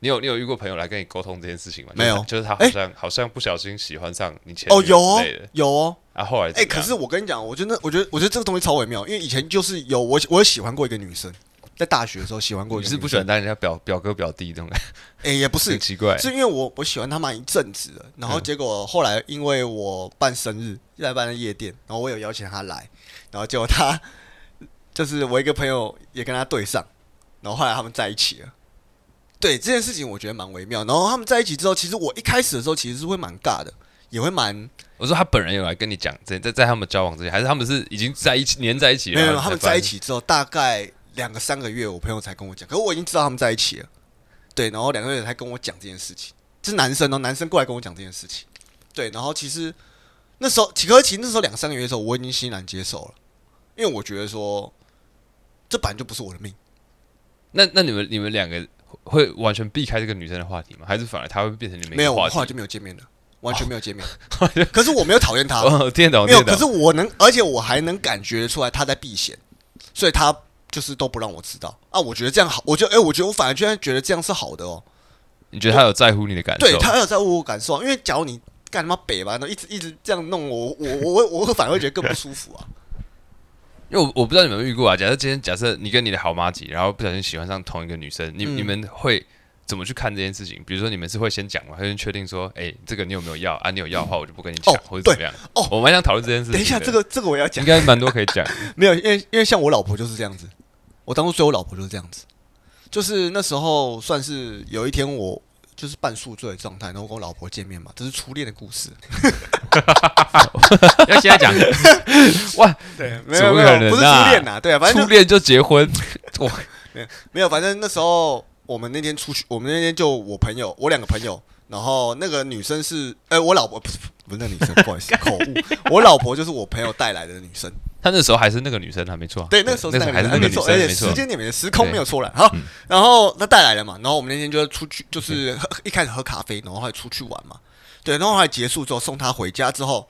S2: 你有你有遇过朋友来跟你沟通这件事情吗？
S1: 没有
S2: 就是她好
S1: 哎
S2: 像、好像不小心喜欢上你前
S1: 哦，
S2: 女
S1: 有
S2: 友
S1: 哦
S2: 之类的，，
S1: 有哦，
S2: 啊后来怎
S1: 哎、
S2: 么样
S1: 可是我跟你讲，我真的，我觉得，我觉得这个东西超微妙，因为以前就是有我，我有喜欢过一个女生，在大学的时候喜欢过一
S2: 你
S1: 个
S2: 是
S1: 女
S2: 不喜
S1: 生
S2: 欢，当人家表表哥表弟这种感觉，
S1: 哎、也 不是
S2: 很，奇怪。
S1: 是因为我我喜欢他们一阵子了，然后结果后来因为我办生日，在办的夜店，然后我有邀请他来，然后结果他 就是我一个朋友也跟他对上，然后后来他们在一起了。对这件事情，我觉得蛮微妙。然后他们在一起之后，其实我一开始的时候其实是会蛮尬的，也会蛮
S2: 我说他本人有来跟你讲，在在在他们交往之前，还是他们是已经在一起黏在一起了？
S1: 没有没
S2: 然
S1: 有。
S2: 后
S1: 他们
S2: 才发
S1: 在一
S2: 现
S1: 起之后，大概两个三个月，我朋友才跟我讲，可是我已经知道他们在一起了。对，然后两个月才跟我讲这件事情，这是男生哦，男生过来跟我讲这件事情。对，然后其实那时候，其实其实那时候两三个月的时候，我已经欣然接受了，因为我觉得说这本来就不是我的命。
S2: 那那你们你们两个会完全避开这个女生的话题吗？还是反而她会变成你们一
S1: 没有，
S2: 个
S1: 我
S2: 话
S1: 们后来
S2: 题？
S1: 就没有见面了，完全没有见面。可是我没有讨厌他，
S2: 哦，听得懂，
S1: 没有，
S2: 听得
S1: 可是
S2: 懂。
S1: 我能，而且我还能感觉出来他在避嫌，所以他就是都不让我知道啊。我觉得这样好，我觉得哎、我觉得我反而居然觉得这样是好的哦。
S2: 你觉得她有在乎你的感受？
S1: 对他有在乎我感受啊，因为假如你干他妈北吧，那一直一直这样弄我，我我我我反而会觉得更不舒服啊。
S2: 因为我我不知道你们有没有遇过啊。假设今天假设你跟你的好妈吉，然后不小心喜欢上同一个女生，你、
S1: 嗯
S2: 你们会怎么去看这件事情？比如说你们是会先讲吗？还是确定说，哎、这个你有没有要啊？你有要的话，我就不跟你讲，
S1: 哦
S2: 或者怎么样？
S1: 哦
S2: 我蛮想讨论这件事情的。
S1: 等一下，这个这个我也要
S2: 应
S1: 讲，
S2: 该蛮多可以讲。
S1: 没有，因为因为像我老婆就是这样子，我当初追我老婆就是这样子，就是那时候算是有一天我。就是半宿醉的状态，然后跟我老婆见面嘛，这是初恋的故事。
S3: 要现在 讲，
S2: 哇，
S1: 对，
S2: 没
S1: 没
S2: 有
S1: 有
S2: 没
S1: 没
S2: 有
S1: 有，不是初恋呐、对啊，反正
S2: 初
S1: 就
S2: 恋就结婚， 哇，
S1: 没有，反正那时候我们那天出去，我们那天就我朋友，我两个朋友，然后那个女 生是，哎、我老婆不是不是那女生，不好意思，口误，我老婆就是我朋友带来的女生，
S2: 他那时候还是那个女生啊，没错啊。
S1: 对，那个时候是
S2: 那时候还是
S1: 那
S2: 那个
S1: 个
S2: 女
S1: 时候，
S2: 生，
S1: 而且
S2: 没
S1: 哎时
S2: 错。
S1: 间点没时空
S2: 对嗯
S1: 没有错了。好，然后他带来了嘛，然后我们那天就出去，就是喝一开始喝咖啡，然后后来出去玩嘛。对，然后后来结束之后送他回家之后，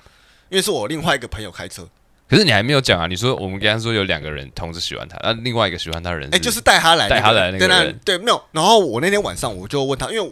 S1: 因为是我另外一个朋友开车，
S2: 可是你还没有讲啊！你说我们刚刚说有两个人同时喜欢他，那另外一个喜欢他的人，
S1: 哎，就是带他来那个，
S2: 嗯带他来那个
S1: 对
S2: 人
S1: 对，没有。然后我那天晚上我就问他，因为我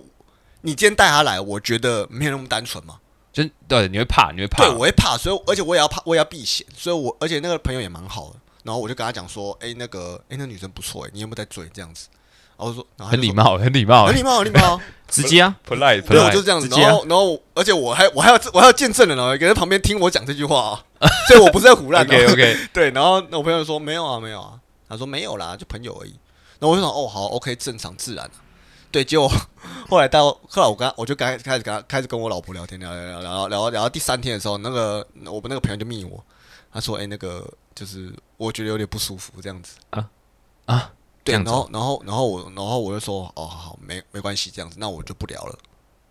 S1: 你今天带他来，我觉得没有那么单纯嘛，
S2: 就对，你会怕，你会怕
S1: 对，，我会怕，所以而且我也要怕，我也要避嫌，所以我而且那个朋友也蛮好的，然后我就跟他讲说，哎，那个，哎，那女生不错，哎，你有没有在追这样子？然后我说，然后他
S2: 很
S1: 就说
S2: 礼，貌，很礼貌哎
S1: 很礼貌，很礼 貌。
S3: 直接啊，
S2: ，polite，
S1: 对，我就是这样子。
S3: 直接啊
S1: 然后，然后，而且我还我还要我还要见证人哦，有一个人在旁边听我讲这句话啊，所以我不是在胡 乱的。
S2: OK OK，
S1: 对，然后我朋友说没有啊，没有啊，他说没有啦，就朋友而已。然后我就想哦，好，OK，正常自然、啊。对，结果后来到后来我跟他我就开开始跟他开始跟我老婆聊天，聊聊聊聊聊聊到第三天的时候，那个我们那个朋友就密我，他说哎、那个就是我觉得有点不舒服这样子
S3: 啊
S2: 啊。
S1: 对，
S3: 这样
S1: 然
S3: 子
S1: 后，然后，然后我，然后我就说，哦，好好，没没关系，这样子，那我就不聊了。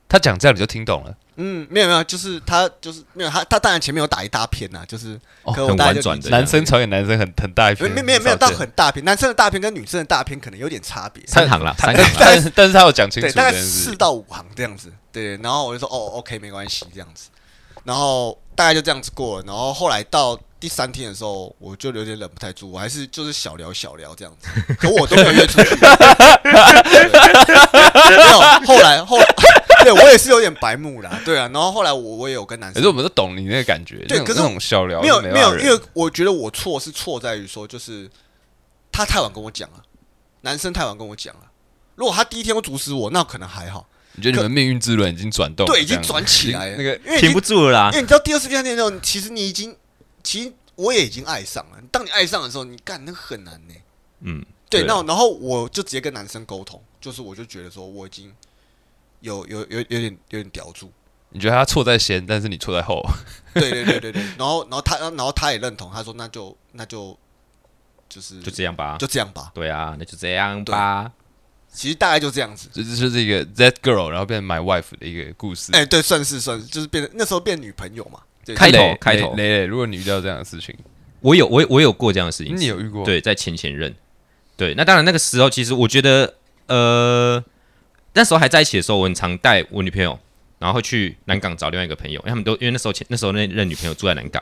S2: 他讲这样你就听懂了，
S1: 嗯，没有没有，就是他就是没有他，他当然前面有打一大片呐、就是
S2: 哦
S1: 可我
S3: 很
S1: 大概
S3: 婉
S1: 就
S3: 转
S1: 理
S3: 的
S1: 解
S3: 这样
S2: 男生传给男生很很大一篇，
S1: 没没有没有到很大片，男生的大片跟女生的大片可能有点差别，
S3: 三行啦，
S2: 但
S3: 三行啦，
S2: 但是但是他有讲清楚
S1: 对，
S2: 这
S1: 大概
S2: 件
S1: 四
S2: 事，
S1: 到五行这样子，对，然后我就说哦，OK，没关系这样子，然后大概就这样子过了，然后后来到第三天的时候，我就有点忍不太住，我还是就是小聊小聊这样子，可我都没有约出去， 对没有，后来后来 对我也是有点白目啦，对啊，然后后来我我也有跟男
S2: 可
S1: 生
S2: 是我们都懂你那个感觉，那
S1: 对
S2: 种
S1: 可是
S2: 那种笑料
S1: 没有
S2: 没
S1: 没有，
S2: 办法
S1: 因为我觉得我错是错在于说，就是他太晚跟我讲了，男生太晚跟我讲了。如果他第一天就阻止我，那可能还好，
S2: 你觉得你们命运之轮已经转动了，
S1: 对，已
S2: 这
S1: 经
S2: 样子
S1: 转起来了。
S2: 已经那个啊
S1: 因为已经
S3: 停不住了啦
S1: 因。为你知道第二次、第三天的时候，其实你已经，其实我也已经爱上了。当你爱上的时候，你干那个很难呢、
S3: 嗯，
S1: 对，
S3: 对
S2: 啊
S1: 那然后我就直接跟男生沟通，就是我就觉得说我已经有有有有点有点屌住，
S2: 你觉得他错在先，但是你错在后，
S1: 对对对对对。然后然后他然后他也认同，他说那就那就就是
S3: 就这样吧。
S1: 就这样吧。
S3: 对啊，那就这样吧。
S1: 其实大概就这样子。
S2: 这这就是一个 that girl，然后变成 my wife 的一个故事。
S1: 哎、对，算是算是，就是变成那时候变女朋友嘛。对
S3: 开头
S2: 雷
S3: 开头
S2: 雷雷雷，如果你遇到这样的事情，
S3: 我有我有我有过这样的
S1: 嗯
S3: 事情，
S2: 你有遇过？，
S3: 对，在前前任，对，那当然那个时候其实我觉得，呃，那时候还在一起的时候，我很常带我女朋友，然后会去南港找另外一个朋友，因为他们都因为那时候前那时候那任女朋友住在南港，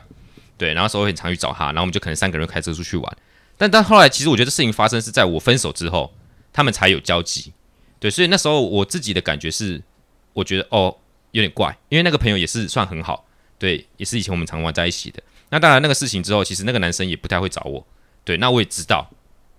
S3: 对，然后那时候我很常去找她，然后我们就可能三个人开车出去玩，但但后来其实我觉得事情发生是在我分手之后，他们才有交集，对，所以那时候我自己的感觉是，我觉得哦有点怪，因为那个朋友也是算很好，对，也是以前我们常玩在一起的。那当然，那个事情之后，其实那个男生也不太会找我，对，那我也知道。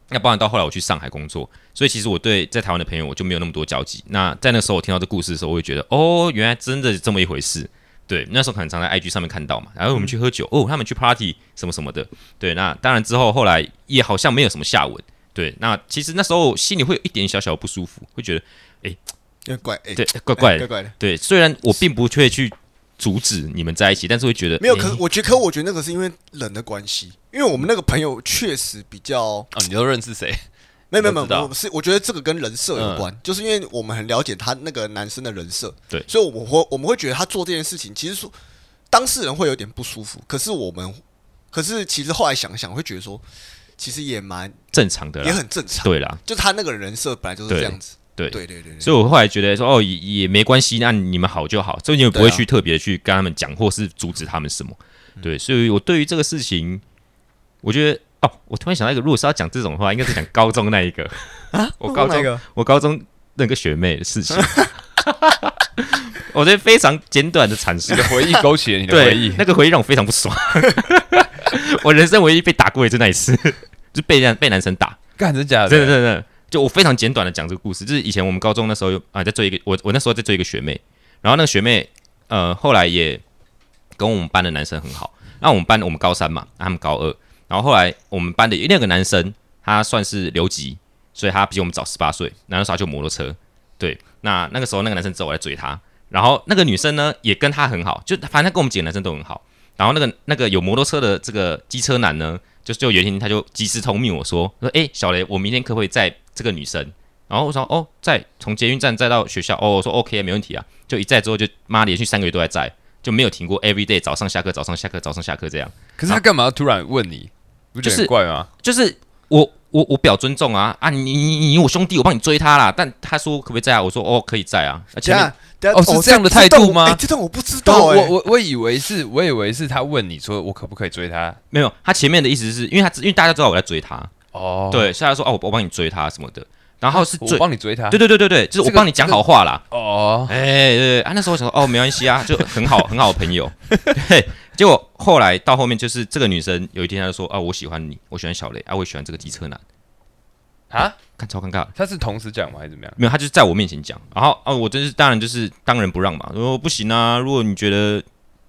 S3: 那包含到后来我去上海工作，所以其实我对在台湾的朋友我就没有那么多交集。那在那时候我听到这故事的时候，我也觉得哦，原来真的是这么一回事。对，那时候可能常在 IG 上面看到嘛，然后我们去喝酒，哦，他们去 party 什么什么的。对，那当然之后后来也好像没有什么下文。对，那其实那时候心里会有一点小小的不舒服，会觉得
S1: 有点怪，哎、
S3: 对怪怪
S1: 哎怪
S3: 的。
S1: 怪的。
S3: 对，虽然我并不会去阻止你们在一起，但是会觉得
S1: 没有，
S3: 诶
S1: 可是我觉得，可我觉得那个是因为人的关系，因为我们那个朋友确实比较，
S2: 哦，你都认识谁？
S1: 没有没有没
S2: 我知道
S1: 有，我是我觉得这个跟人设有关，就是因为我们很了解他那个男生的人设，
S3: 对
S1: 所以我们会我们会觉得他做这件事情，其实说当事人会有点不舒服，可是我们，可是其实后来想想会觉得说，其实也蛮
S3: 正常的
S1: 也
S3: 啦，
S1: 很正常，
S3: 对啦，
S1: 就是他那个人设本来就是
S3: 对
S1: 这样子，
S3: 对
S1: 对对对对，
S3: 所以我后来觉得说，哦，也也没关系，那你们好就好，所以你们不会去特别去跟他们讲，或是阻止他们什么。对，所以我对于这个事情，我觉得，哦，我突然想到一个，如果是要讲这种的话，应该是讲高中那一个，我高中
S1: 那个
S3: 我高中那个学妹的事情。 我这非常简短的阐述
S2: 你，的回 忆勾起了你的回
S3: 对
S2: 忆，
S3: 那个回忆让我非常不爽。 我人生唯一被打过一次那一次， 就被人被男生打，
S2: 干真假的？
S3: 真的真的真的，就我非常简短的讲这个故事，就是以前我们高中那时候有啊，在追一个我我那时候在追一个学妹，然后那个学妹呃后来也跟我们班的男生很好，那我们班我们高三嘛，那他们高二，然后后来我们班的那个男生他算是留级，所以他比我们早十八岁，然后那时候他就摩托车，对，那那个时候那个男生只有我在追他，然后那个女生呢也跟他很好，就反正他跟我们几个男生都很好，然后那个那个有摩托车的这个机车男呢，就就有一天他就及时通命我说，说诶，小雷，我明天可不可以载这个女生？然后我说哦，载从捷运站载到学校，哦，我说 OK 没问题啊，就一载之后就妈连续三个月都在载，就没有停过，every day 早上下课早上下课早上下课这样，
S2: 可是他干嘛突然问你？不觉得很怪吗？
S3: 就是我我我表尊重啊啊，你你你你我兄弟，我帮你追他啦。但他说可不可以在啊？我说哦，可以在啊。啊前面
S1: 下等下
S2: 哦是这样的态度吗
S1: 哎这段我不知道
S2: 我
S1: 哎，
S2: 我我以为是，我以为是他问你说我可不可以追他
S3: 没有，他前面的意思是因为他因为大家知道我在追他，
S2: 哦，啊
S3: 对，所以他说哦，我我帮你追他什么的。然后是
S2: 我
S3: 追，
S2: 帮你追他，
S3: 对对对对对，就是我
S2: 这个
S3: 帮你讲好话啦。
S2: 哦，
S3: 哎、对对啊，那时候我想说哦，没关系啊，就很好很好的朋友。 对，结果后来到后面就是这个女生有一天她就说啊，我喜欢你，我喜欢小雷啊，我也喜欢这个机车男，
S2: 啊，
S3: 看超尴尬的。
S2: 他是同时讲吗？还是怎 么样？
S3: 没有，他就是在我面前讲，然后啊，我真是当然就是当仁不让嘛，我说不行啊，如果你觉得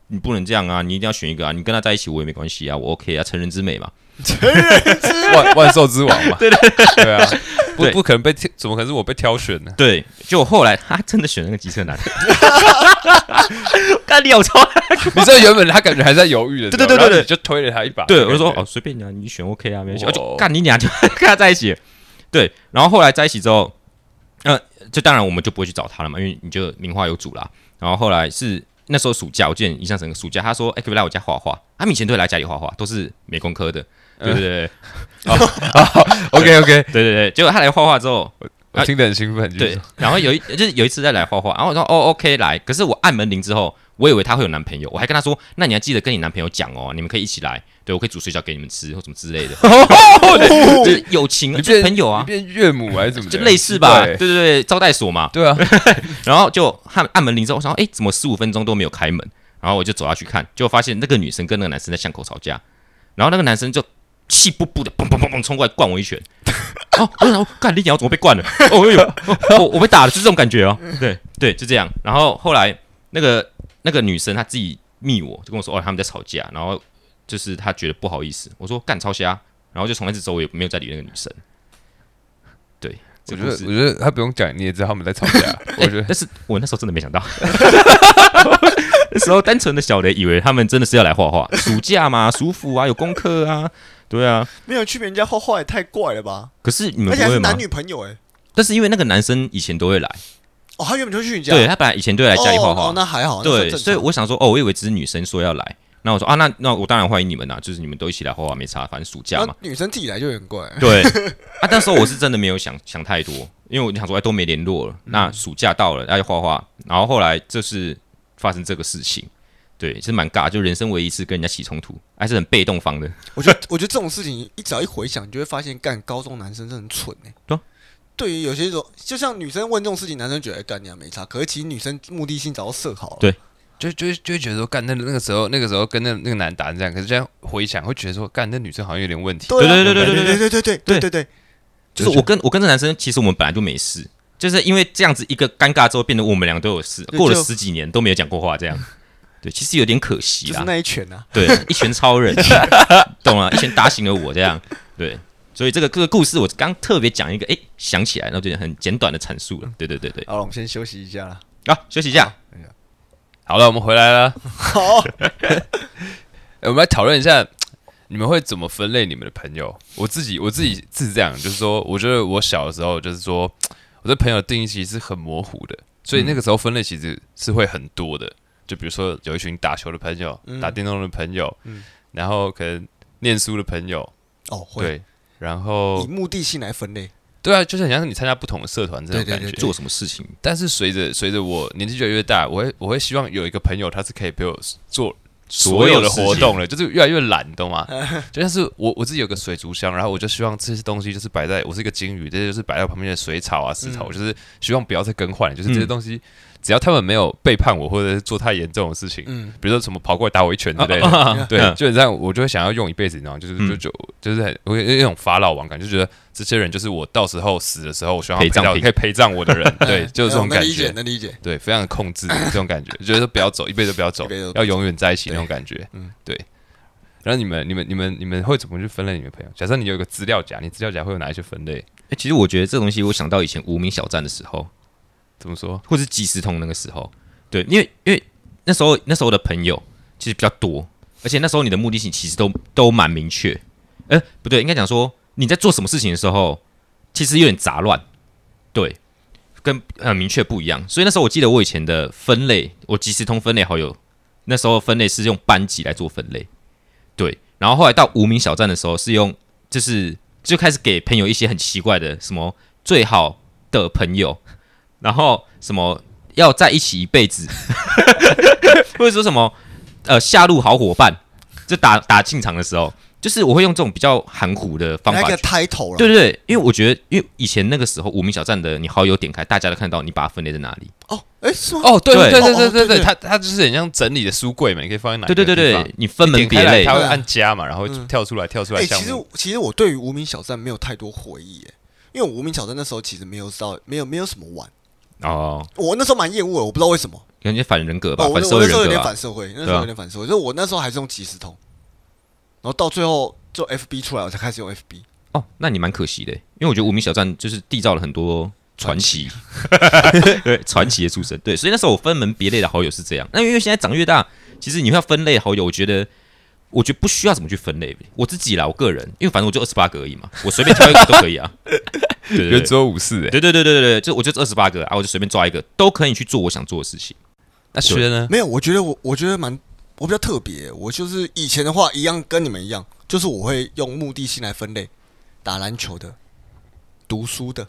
S3: 你不能这样啊，你一定要选一个啊，你跟他在一起我也没关系啊，我 OK 啊，成人之美嘛，
S2: 万万兽 之王嘛，对对啊，不
S3: 对
S2: 不可能被挑，怎么可能是我被挑选呢？
S3: 对，就后来他真的选了那个机车男， 干掉超，
S2: 你知道原本他感觉还在犹豫的时候，
S3: 对对对对
S2: 然后
S3: 对
S2: 你就推了他一把，
S3: 对，我就说哦，随便你啊，你选 OK 啊，没关系，
S2: 哇
S3: 我就干你俩就跟他在一起，对，然后后来在一起之后，呃，就当然我们就不会去找他了嘛，因为你就名花有主啦，然后后来是。那时候暑假，我记得印象整个暑假，他说：“哎、可不可以来我家画画？”他们以前都会来家里画画，都是美工科的，对对对对，
S2: ，OK OK，
S3: 对对对，结果他来画画之后，
S2: 哎我听得很兴奋，就
S3: 啊
S2: 是
S3: 对，然后有一就是有一次再来画画，然后我说哦 OK 来，可是我按门铃之后，我以为她会有男朋友，我还跟她说，那你要记得跟你男朋友讲哦，你们可以一起来，对我可以煮水饺给你们吃或什么之 类的，就是友情啊，
S2: 你
S3: 就是
S2: 变
S3: 朋友
S2: 你
S3: 啊，
S2: 变岳母还是怎么的，
S3: 就类似吧，对对
S2: 对
S3: 对，招待所嘛，
S2: 对啊，
S3: 然后就按按门铃之后，我想说，哎，怎么十五分钟都没有开门？然后我就走下去看，就发现那个女生跟那个男生在巷口吵架，然后那个男生就气不不的砰砰砰砰冲过来灌我一拳。哦，我想说，干你鸟怎么被灌了？哦，哎呦，哦 我我被打了，就是这种感觉哦。
S1: 嗯
S3: 对对，就这样。然后后来那个那个女生她自己密我，就跟我说，哦，他们在吵架，然后就是她觉得不好意思。我说干超瞎，然后就从那次之后我也没有再理那个女生。对，这
S2: 我觉
S3: 故
S2: 得
S3: 事
S2: 我觉得他不用讲，你也知道他们在吵 架，我觉得
S3: 但是 我那时候真的没想到，那时候单纯的小雷以为他们真的是要来画画，暑假嘛，暑伏啊，有功课啊，对啊。
S1: 没有去别人家画画也太怪了吧？
S3: 可是你们
S1: 而
S3: 不
S1: 且还
S3: 会
S1: 是
S3: 吗
S1: 男？女朋友哎，
S3: 但是因为那个男生以前都会来，
S1: 哦，他原本就去你家，
S3: 对他本来以前都会来家里画
S1: 哦
S3: 画，
S1: 哦那还好，那算
S3: 对，
S1: 正常
S3: 所以我想说，哦，我以为只是女生说要来，那我说啊，那那我当然欢迎你们呐、就是你们都一起来画画没差，反正暑假嘛
S1: 那，女生自己来就有点怪，
S3: 对啊，那时候我是真的没有想想太多，因为我想说哎都没联络了，那暑假到了，要去画画，然后后来就是发生这个事情，对，是蛮尬，就人生唯一一次跟人家起冲突，还是很被动方的，
S1: 我觉得，我觉得这种事情一只要一回想，你就会发现，干高中男生真的很蠢哎、
S3: 对啊
S1: 对于有些时候，就像女生问这种事情，男生觉得哎干你啊没差，可是其实女生目的性早就设好了。
S3: 对
S2: 就 就就会觉得说，干那那个时候那个时候跟那那个男打成这样，可是现在回想会觉得说，干那女生好像有点问题。
S1: 对啊
S3: 对对对对
S1: 对对对对对对对，
S3: 就是我跟我跟这男生，其实我们本来就没事，就是因为这样子一个尴尬之后，变得我们俩都有事，
S1: 对
S3: 过了
S1: 就
S3: 十几年都没有讲过话，这样，对，其实有点可惜
S1: 就是
S3: 啦，
S1: 那一拳啊，
S3: 对，一拳超人，懂吗？一拳打醒了我，这样，对。所以这个这个故事，我刚特别讲一个，哎，想起来，然后就很简短的阐述了。对对对对，
S1: 好了，我们先休息一下啦。
S3: 好，休息一
S1: 哦
S3: 下。
S2: 好了，我们回来了，
S1: 好，
S2: 呃 我们来讨论一下，你们会怎么分类你们的朋友？我自己我自己是这样，就是说，我觉得我小的时候就是说，我对朋友的定义其实是很模糊的，所以那个时候分类其实是会很多的。就比如说有一群打球的朋友，
S1: 嗯
S2: 打电动的朋友，
S1: 嗯
S2: 然后可能念书的朋友，
S1: 哦，会
S2: 对，然
S1: 以
S2: 后
S1: 目的性来分类，
S2: 对啊，就是很像是你参加不同的社团这种
S1: 对对
S2: 感觉
S1: 对。
S3: 做什么事情？
S2: 但是随着随着我年纪越来越大，我会我会希望有一个朋友，他是可以陪我做所有的活动了，就是越来越懒，你懂 吗？就像是我我自己有个水族箱，然后我就希望这些东西就是摆在我是一个金鱼，这些就是摆在旁边的水草啊、石头，我就是希望不要再更换，就是这些东西，只要他们没有背叛我或者是做太严重的事情，
S1: 嗯，
S2: 比如说什么跑过来打我一拳
S1: 哦
S2: 之类 的， 对，基本上我就会想要用一辈子，你知道吗，就是
S3: 嗯
S2: 就就就是很我有一种法老王感，就觉得这些人就是我到时候死的时候，我希望他
S3: 陪葬
S2: 陪到
S3: 品
S2: 可以陪葬我 的人，对，就是这种
S1: 嗯能
S2: 感
S1: 理解，
S2: 觉，
S1: 能理解。
S2: 对，非常的控制这种感觉，觉得不要走，一辈子都不要走
S1: 一辈子都，不
S2: 要永远在一起那种
S1: 对
S2: 感觉
S1: 嗯，
S2: 对。然后你们、你们、你们、你们会怎么去分类你们朋友？假设你有一个资料夹，你资料夹会有哪一些分类？
S3: 哎，其实我觉得这东西，我想到以前无名小站的时候，
S2: 怎么说？
S3: 或是即时通那个时候，对，因为因为那时候那时候的朋友其实比较多，而且那时候你的目的性其实都都蛮明确。呃，不对，应该讲说你在做什么事情的时候，其实有点杂乱，对，跟很、呃、明确不一样。所以那时候我记得我以前的分类，我即时通分类好友，那时候分类是用班级来做分类，对。然后后来到无名小站的时候，是用就是就开始给朋友一些很奇怪的什么最好的朋友，然后什么要在一起一辈子， 或者说什么呃下路好伙伴，就打打进场的时候，就是我会用这种比较含糊的方
S1: 那
S3: 法
S1: 个 title 了，
S3: 对对对，因为我觉得，因为以前那个时候无名小站的你好友点开，大家都看到你把它分类在哪里。
S1: 哦，哎，是吗？
S2: 哦，对
S3: 对
S2: 对
S1: 哦
S2: 对对
S1: 哦对
S2: 对对，
S1: 对
S2: 它它就是很像整理的书柜嘛，你可以放在哪一
S3: 对对
S2: 个
S3: 对
S2: 地方
S3: 对，你分门
S2: 点
S3: 别
S2: 开来
S3: 类
S2: 它。会
S1: 对啊
S2: 按加嘛，然后
S1: 嗯
S2: 跳出来跳出来
S3: 啊
S1: 哎，
S2: 项
S1: 其实
S2: 目。
S1: 其实我对于无名小站没有太多回忆，耶，因为我无名小站那时候其实没有知道，没有没有什么玩，
S3: 哦，
S1: 我那时候蛮厌恶的，我不知道为什么。
S3: 感觉反人格吧
S1: 哦，，我
S3: 反
S1: 那
S3: 社
S1: 我
S3: 会
S1: 那时
S3: 人
S1: 候有
S3: 格
S1: 点
S3: 吧
S1: 反。社会，那
S3: 对
S1: 时候
S3: 啊
S1: 有点反社会，所以我那时候还是用即时通，然后到最后就 FB 出来，我才开始用 FB。
S3: 哦，那你蛮可惜的，因为我觉得无名小站就是缔造了很多传奇，对传奇的出身。对，所以那时候我分门别类的好友是这样。那因为现在长越大，其实你要分类好友，我觉得。我觉得不需要怎么去分类，我自己啦，我个人，因为反正我就二十八个而已嘛，我随便挑一个都可以啊。 对对对
S2: 圆桌武士，哎，
S3: 对对对对对对，就我就二十八个啊，我就随便抓一个，都可以去做我想做的事情。
S2: 那薛呢？
S1: 没有，我觉得我我觉得蛮我比较特别，我就是以前的话一样跟你们一样，就是我会用目的性来分类，打篮球的、读书的，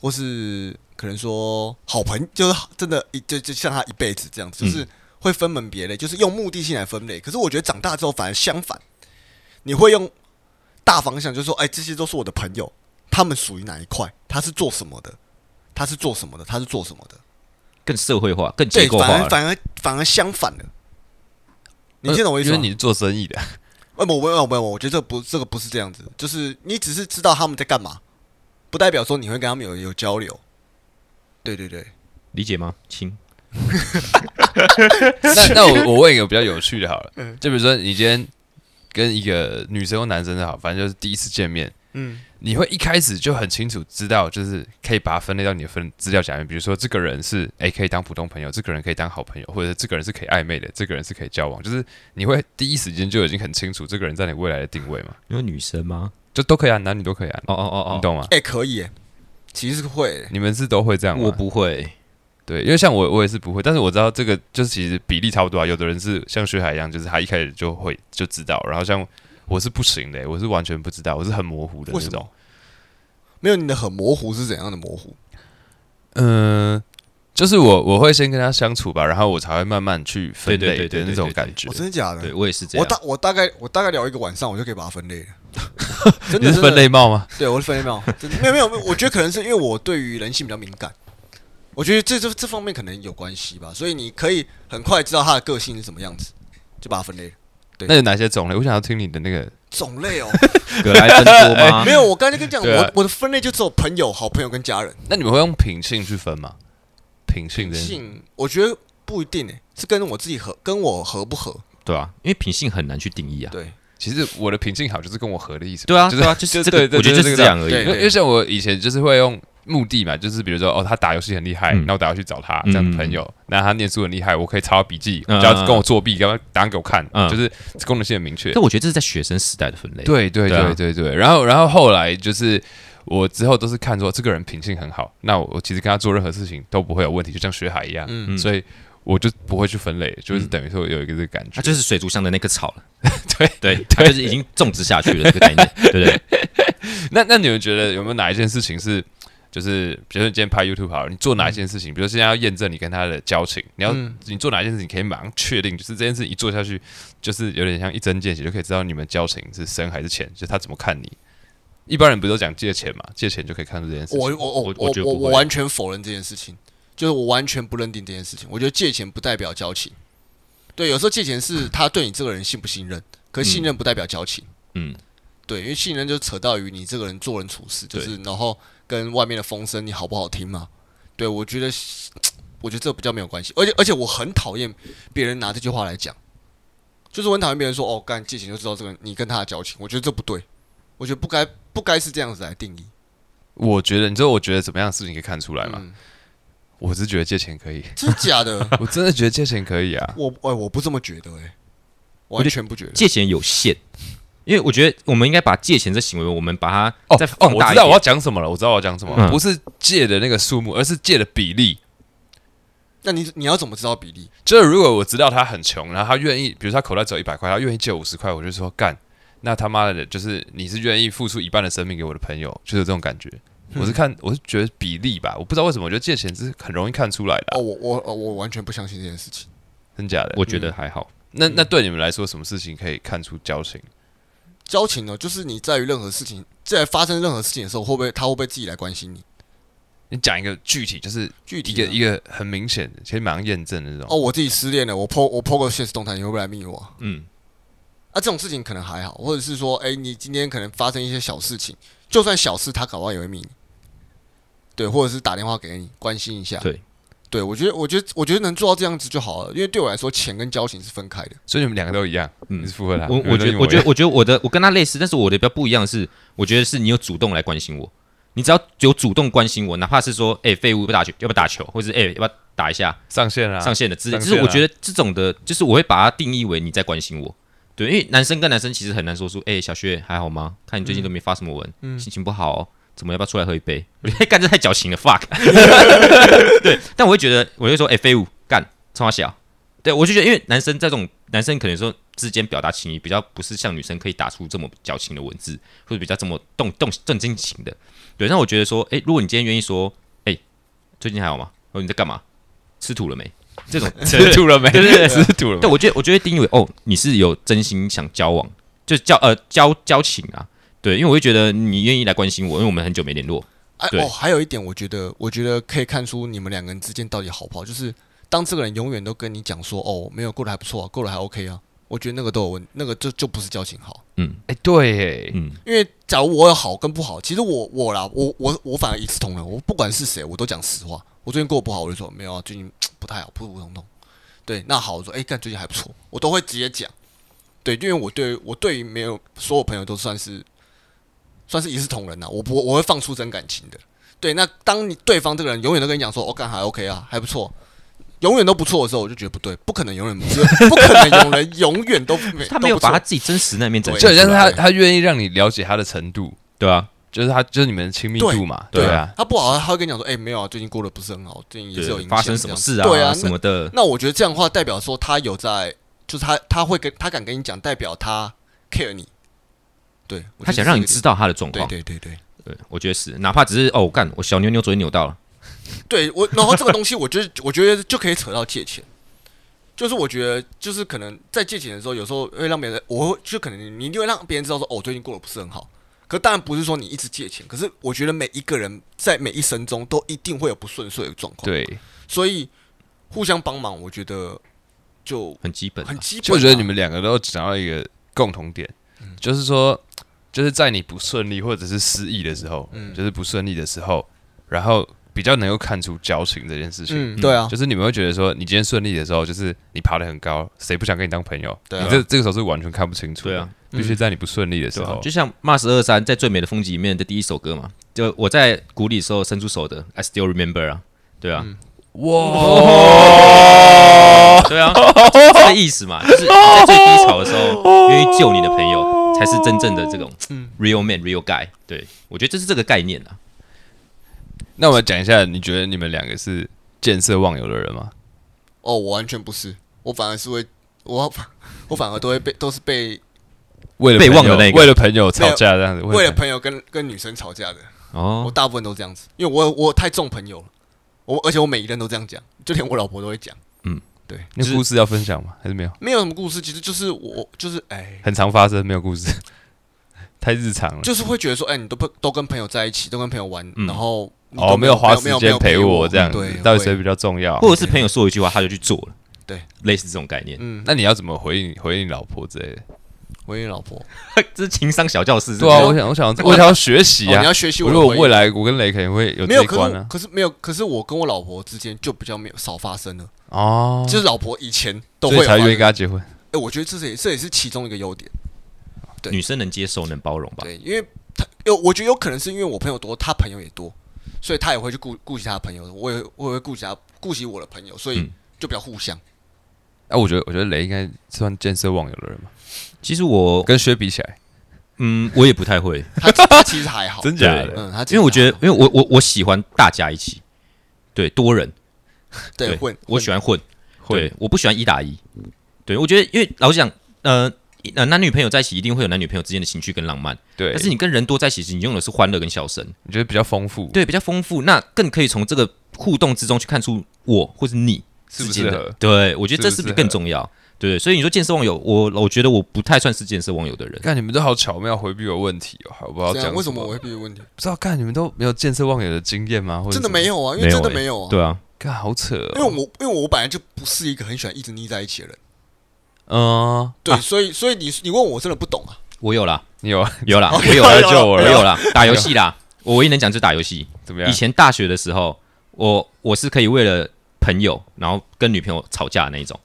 S1: 或是可能说好朋就是好真的一就就像他一辈子这样子，就是会分门别类，就是用目的性来分类。可是我觉得长大之后反而相反，你会用大方向，就是说，哎，这些都是我的朋友，他们属于哪一块，他是做什么的，他是做什么的，他是做什么的。
S3: 更社会化、更
S1: 对，
S3: 结构
S1: 反
S3: 化
S1: 而
S3: 了。
S1: 反而反而相反了。你听懂我意思
S2: 因
S1: 吗？
S3: 呃
S2: 为你是做生意 的，
S1: 哎，不不不不，我觉得这不这个不是这样子，就是你只是知道他们在干嘛，不代表说你会跟他们有有交流。对对对，
S3: 理解吗？亲，
S2: 那那我我问一个比较有趣的好了，
S1: 嗯
S2: 就比如说你今天跟一个女生或男生的好，反正就是第一次见面，
S1: 嗯，
S2: 你会一开始就很清楚知道，就是可以把它分类到你的分资料夹里面。比如说，这个人是诶可以当普通朋友，这个人可以当好朋友，或者这个人是可以暧昧的，这个人是可以交往。就是你会第一时间就已经很清楚这个人在你未来的定位嘛，
S3: 因为女生吗？
S2: 就都可以啊，男女都可以啊，
S3: 哦哦哦
S2: 你
S3: 哦，
S2: 懂吗？
S1: 哎、可以耶，其实会耶，
S2: 你们是都会这样吗？
S3: 我不会。
S2: 对，因为像我，我也是不会，但是我知道这个就是其实比例差不多啊。有的人是像薛海一样，就是他一开始就会就知道，然后像我是不行的、我是完全不知道，我是很模糊的
S1: 为
S2: 那
S1: 什
S2: 种
S1: 么。没有你的很模糊是怎样的模糊？
S2: 嗯、就是我我会先跟他相处吧，然后我才会慢慢去
S3: 对
S2: 分
S3: 对
S2: 类
S3: 对对
S2: 的那
S3: 对
S2: 种
S3: 对
S2: 感
S3: 对
S2: 觉
S1: 哦我、。真的假
S3: 对
S1: 的？
S3: 我也是这
S1: 我
S3: 样。
S1: 大我大概我大概聊一个晚上，我就可以把它分 类了。真
S2: 你
S1: 的
S2: 是分？
S1: 真的
S2: 类帽吗？
S1: 对，我是分类没有，真的没有没有，没有我觉得可能是因为我对于人性比较敏感，我觉得这这这方面可能有关系吧，所以你可以很快知道他的个性是什么样子，就把它分类了。对
S2: 那有哪些种类？我想要听你的那个。
S1: 种类哦，
S3: 格莱芬多吗？
S1: 没有，我刚才跟你 讲，
S2: 对啊
S1: 我我的分类就只有朋友、好朋友跟家人。
S2: 那你们会用品性去分吗？品性
S1: 品
S2: 的
S1: 性我觉得不一定诶、是跟我自己合，跟我合不合？
S3: 对啊，因为品性很难去定义啊。
S1: 对，
S2: 其实我的品性好，就是跟我合的意思嘛。
S3: 对啊，
S2: 就是
S3: 对啊，就是这
S2: 对
S3: 个，
S2: 对
S3: 我觉得就
S2: 就是是
S3: 这样而已。
S1: 对
S2: 因为因为像我以前就是会用目的嘛，就是比如说哦，他打游戏很厉害，
S3: 嗯
S2: 那我打游戏找他
S3: 嗯
S2: 这样的朋友，那他念书很厉害，我可以抄他笔记，
S3: 嗯
S2: 只要跟我作弊，然后答案给我看，
S3: 嗯
S2: 就是功能性很明确
S3: 但。我觉得这是在学生时代的分类。
S2: 对对
S3: 对啊
S2: 对对对，然后然后后来就是。我之后都是看说这个人品性很好，那我我其实跟他做任何事情都不会有问题，就像学海一样，
S1: 嗯
S2: 所以我就不会去分类，就是等于说有一个这个感觉。
S3: 它就是水族箱的那棵草了。
S2: 对
S3: 对，它就是已经种植下去了这个概念，对不对？
S2: 那那你们觉得有没有哪一件事情是，就是比如说你今天拍 YouTube 好了，你做哪一件事情？比如说现在要验证你跟他的交情，你要、
S1: 嗯
S2: 你做哪一件事情可以马上确定，就是这件事一做下去，就是有点像一针见血，就可以知道你们交情是深还是浅，就是他怎么看你。一般人不都讲借钱嘛，借钱就可以看出这件事情。
S1: 我我我
S3: 我
S1: 我
S3: 觉得
S1: 我
S3: 不
S1: 我
S3: 会
S1: 完全否认这件事情，就是我完全不认定这件事情。我觉得借钱不代表交情，对，有时候借 钱是他对你这个人信不信任，可是信任不代表交情，
S3: 嗯，
S1: 对，因为信任就扯到于你这个人做人处事，就
S3: 对
S1: 是然后跟外面的风声你好不好听嘛，对我觉得，我觉得这比较没有关系，而且而且我很讨厌别人拿这句话来讲，就是我很讨厌别人说哦，干借钱就知道这个你跟他的交情，我觉得这不对，我觉得不该不该是这样子来定义，
S2: 我觉得，你知道我觉得怎么样的事情可以看出来吗？
S1: 嗯，
S2: 我是觉得借钱 可以，
S1: 真的假的？
S2: 我真的觉得借钱可以啊。
S1: 我哎、我不这么觉得哎、完全不觉得。
S3: 借钱有限，因为我觉得我们应该把借钱这行为，我们把它
S2: 哦
S3: 再
S2: 哦，
S3: 放
S2: 我
S3: 大一
S2: 知道
S3: 点
S2: 我要讲什么了，我知道我要讲什么了，
S3: 嗯
S2: 不是借的那个数目，而是借的比例。
S1: 那你你要怎么知道比例？
S2: 就是如果我知道他很穷，然后他愿意，比如说他口袋只有一百块，他愿意借五十块，我就说干，那他妈的，就是你是愿意付出一半的生命给我的朋友，就是有这种感觉。
S3: 嗯
S2: 我是看，我是觉得比例吧，我不知道为什么，我觉得借钱是很容易看出来的啊、
S1: 哦，我我呃我完全不相信这件事情。
S2: 真假的？
S3: 我觉得还好。
S2: 那那对你们来说，什么事情可以看出交情？
S1: 交情呢，就是你在于任何事情，在发生任何事情的时候，会不会他会不会自己来关心你？
S2: 你讲一个具体，就是
S1: 具体
S2: 一
S1: 的
S2: 个一个很明显的，其实马上验证的那种。
S1: 哦，我自己失恋了，我 po 我 po 个现实动态，你会不会来密我啊？
S3: 嗯，
S1: 啊，这种事情可能还好，或者是说，哎、你今天可能发生一些小事情，就算小事，他搞不好也会密你，对，或者是打电话给你关心一下，
S3: 对，
S1: 对我觉得，我觉得，我觉得能做到这样子就好了，因为对我来说，钱跟交情是分开的。
S2: 所以你们两个都一样，
S3: 嗯
S2: 你是符合他。
S3: 我
S2: 你们
S3: 我
S2: 都
S3: 觉得
S2: 一模
S3: 我
S2: 一
S3: 觉
S2: 样
S3: 得我觉得我的我跟他类似，但是我的比较不一样是，我觉得是你有主动来关心我，你只要有主动关心我，哪怕是说哎废物要不要打球，要不要打球，或者哎、要不要打一下
S2: 上线啊，
S3: 上线的之类，
S2: 上
S3: 就
S2: 线啊
S3: 是我觉得这种的，就是我会把它定义为你在关心我。对，因为男生跟男生其实很难说出，哎、小薛还好吗？看你最近
S2: 嗯
S3: 都没发什么文，心情不好、哦，怎么要不要出来喝一杯？我觉得干这太矫情了，fuck。对，但我会觉得，我会说，哎、飞舞干，冲他小。对，我就觉得，因为男生在这种男生可能说之间表达情谊比较不是像女生可以打出这么矫情的文字，或者比较这么动动正经情的。对，那我觉得说，哎、如果你今天愿意说，哎、最近还好吗？哦，你在干嘛？吃土了没？这种
S2: 吃 土了没？
S3: 对对对
S2: 吃土了没
S3: 对，。我觉得我觉得定义为哦，你是有真心想交往，就是交呃交交情啊，对，因为我会觉得你愿意来关心我，因为我们很久没联络，
S1: 哎、
S3: 对
S1: 哦，还有一点，我觉得，我觉得可以看出你们两个人之间到底好不好，就是当这个人永远都跟你讲说，哦，没有过得还不错、啊，过得还 OK 啊，我觉得那个都有问，那个就就不是交情好。
S2: 哎，对耶，
S3: 嗯，
S1: 因为假如我有好跟不好，其实我我啦，我我我反而一视同仁，我不管是谁，我都讲实话。我最近过得不好，我就说没有啊，最近不太好，普普通通。对，那好，我说哎，干、最近还不错，我都会直接讲。对，因为我对我对于没有所有朋友都算是算是一视同仁呐、啊我不我会放出真感情的。对，那当你对方这个人永远都跟你讲说，我、哦、干还 OK 啊，还不错，永远都不错的时候，我就觉得不对，不可能永远不不 可能有人永远都没
S3: 他没有把他
S1: 他
S3: 自己真实那面展
S1: 对
S3: 现
S2: 就
S3: 出
S2: 但是他
S3: 来，
S2: 他愿意让你了解他的程度，
S3: 对啊，
S2: 就是他就是你们的亲密度嘛，
S3: 对
S2: 对
S3: 对
S2: 啊。
S1: 他不好，他会跟你讲说，哎、没有啊，最近过得不是很好，最近也是有
S3: 对
S1: 影响，
S3: 发生什么事
S1: 这样对啊，
S3: 什么的，
S1: 那。那我觉得这样的话，代表说他有在，就是他他会跟他敢跟你讲，代表他 care 你，对，我觉得
S3: 他想让你
S1: 这
S3: 知
S1: 是
S3: 道他的状
S1: 一个，对
S3: 况，
S1: 对对对，
S3: 对，我觉得是，哪怕只是哦，我干，我小妞妞昨天扭到了，
S1: 对我，然后这个东西，我觉得我觉得就可以扯到借钱。就是我觉得，就是可能在借钱的时候，有时候会让别人，我会就可能你一定会让别人知道说，哦，我最近过得不是很好。可当然不是说你一直借钱，可是我觉得每一个人在每一生中都一定会有不顺遂的状况。
S2: 对，
S1: 所以互相帮忙，我觉得就
S3: 很基本啊、
S1: 很基本、
S2: 就我觉得你，们两个都讲到一个共同点，就是说，就是在你不顺利或者是失意的时候，
S1: 嗯
S2: 就是不顺利的时候，然后比较能够看出交情这件事情。
S1: 嗯，对啊，
S2: 就是你们会觉得说，你今天顺利的时候，就是你爬得很高，谁不想跟你当朋友？
S1: 对啊
S2: 你这这个时候是完全看不清楚的。
S3: 对啊
S2: 必须在你不顺利的时
S3: 对
S2: 候，
S3: 啊，就像 Mars 二三在《最美的风景》里面的第一首歌嘛，就我在谷里的时候伸出手的，I still remember 啊，对啊，
S1: 嗯
S3: 哇，对啊，就是这个意思 嘛，就是在最低潮的时候，愿意救你的朋友，才是真正的这种
S1: 嗯
S3: real man real guy。对我觉得这是这个概念啊，
S2: 那我们讲一下，你觉得你们两个是见色忘友的人吗？
S1: 哦，我完全不是，我反而是会，我 我反而都会被，都是被
S2: 为了
S3: 被
S2: 朋友
S3: 忘的那个
S2: 为了朋友吵架这样子，
S1: 为了
S2: 朋
S1: 朋友跟跟女生吵架的，我
S3: 哦，
S1: 大部分都这样子，因为我我太重朋友了，我而且我每一任都这样讲，就连我老婆都会讲，
S2: 那
S3: 就是
S2: 故事要分享吗？还是没有？
S1: 没有什么故事，其实就是我就是哎。
S2: 很常发生，没有故事， 太日常了。
S1: 就是会觉得说，哎、你都不都跟朋友在一起，都跟朋友玩，
S3: 嗯
S1: 然后你
S2: 哦，
S1: 都
S2: 没
S1: 没
S2: 有花时
S1: 没有没
S2: 间
S1: 有
S2: 陪
S1: 我
S2: 这样
S1: 对
S2: 子，，到底
S1: 会
S2: 谁比较重要？
S3: 或者是朋友说一句话，他就去做了，
S1: 对，
S3: 类似这种概念，
S1: 嗯，
S2: 那你要怎么回应回应老婆之类的？
S1: 我也老婆，
S3: 这是情商小教室，是不
S2: 对
S3: 是
S2: 啊，我想我想我想要学习
S1: 哦
S2: 啊
S1: 你要。学习
S2: 我
S1: 我
S2: 觉
S1: 的
S2: 得我
S1: 回应
S2: 未来我跟雷肯定会有这
S1: 没有，
S2: 一
S1: 可是
S2: 关
S1: 我
S2: 啊。
S1: 可是没有，可是我跟我老婆之间就比较没有少发生了，
S2: 哦，
S1: 就是老婆以前都
S2: 所
S1: 会
S2: 以
S1: 有
S2: 才愿
S1: 发
S2: 意
S1: 生
S2: 跟他结婚。
S1: 哎，我觉得这是也这也是其中一个优点，对啊
S3: 女生能接受能包容吧？
S1: 对，因为他有我觉得有可能是因为我朋友多，他朋友也多，所以他也会去顾顾及他的朋友，我也我也会顾及他顾及我的朋友，所以
S3: 嗯
S1: 就比较互相。
S2: 哎，我觉得我觉得雷应该算见色忘友的人吧，
S3: 其实我
S2: 跟薛比起来，
S3: 嗯，我也不太 会，
S1: 他他其实还好，
S2: 哦真假
S3: 对
S2: 的？啊
S1: 嗯，他其
S3: 因
S1: 实
S3: 为我觉
S1: 还
S3: 得
S1: 好，
S3: 因为我我我喜欢大家一起，对，多人，
S1: 对混，
S3: 我喜欢混。
S2: 会
S3: 对，我不喜欢一打一。对，我觉得因为老实讲，呃，呃男女朋友在一起一定会有男女朋友之间的情趣跟浪漫，
S2: 对，
S3: 但是你跟人多在一起时，你用的是欢乐跟笑声，
S2: 你觉得比较丰富，
S3: 对，比较丰富，那更可以从这个互动之中去看出我或是你之
S2: 适不
S3: 间
S2: 适
S3: 的
S2: 合
S3: 对，我觉得这
S2: 适
S3: 是
S2: 不
S3: 不
S2: 适
S3: 是更
S2: 合
S3: 重要？对，所以你说见色忘友，我我觉得我不太算是见色忘友的人。
S2: 干你们都好巧妙回避我问题哦，我不知道
S1: 这
S2: 讲
S1: 样为什么我
S2: 我
S1: 会避问题？
S2: 不知道干你们都没有见色忘友的经验吗？或者
S1: 真的
S2: 什么
S1: 没有啊，因为真的
S3: 欸
S1: 没有
S2: 哦
S1: 啊。
S3: 对啊，
S2: 干好扯哦，
S1: 因为我因为我本来就不是一个很喜欢一直腻在一起的人，
S2: 嗯，
S1: 对，所以所以你你问我真的不懂啊。
S3: 我有啦，
S2: 你有啊
S3: 有啦，我
S2: 有
S3: 哦有
S2: 来
S3: 啦，
S2: 救我
S3: 我
S2: 了，
S3: 有啊啦，打游戏 啦，我唯一能讲就是打游戏。
S2: 怎么样
S3: 以？前大学的时候，我我是可以为了朋友，然后跟女朋友吵架的那一种。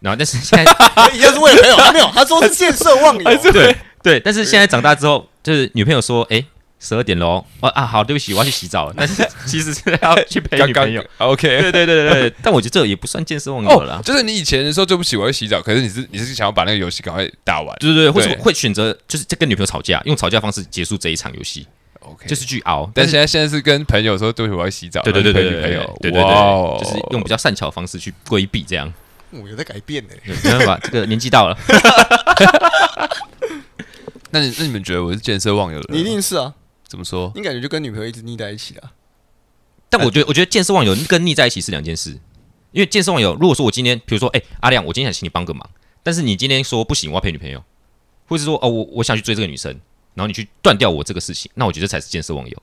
S3: 然后，但是现在
S1: 人家是为了朋友，他没有，他说是见色忘
S2: 哎
S1: 友。
S3: 对对，但是现在长大之后，就是女朋友说：“哎、十二点喽，哦啊，好，对不起，我要去洗澡 了。”但是其实是要去陪
S2: 刚
S3: 女
S2: 刚
S3: 朋友。
S2: OK
S3: 对对对 对 对，但我觉得这也不算见色忘友
S2: 哦
S3: 啦，。
S2: 就是你以前说对不起，我要洗澡，可是你是你是想要把那个游戏赶快打完
S3: 对对对，或者
S2: 对
S3: 会选择就是在跟女朋友吵架，用吵架方式结束这一场游戏，
S2: ，OK，
S3: 就是去熬。
S2: 但
S3: 但
S2: 现在现在是跟朋友说对不起，我要洗澡，
S3: 对对对
S2: 然
S3: 对对
S2: 后你
S3: 对
S2: 陪女
S3: 对
S2: 朋友，
S3: 对对对
S2: 哇哦
S3: 对，就是用比较善巧的方式去规避这样。
S1: 我有在改变呢、
S3: 对没办法，这个年纪到了，
S2: 那你那你们觉得我是见色忘友的人吗？
S1: 你一定是啊，
S2: 怎么说？
S1: 你感觉就跟女朋友一直腻在一起的啊、
S3: 但我觉得我觉得见色忘友跟腻在一起是两件事，因为见色忘友，如果说我今天，比如说，哎、阿亮，我今天想请你帮个忙，但是你今天说不行，我要陪女朋友，或是说哦，我我想去追这个女生，然后你去断掉我这个事情，那我觉得才是见色忘友。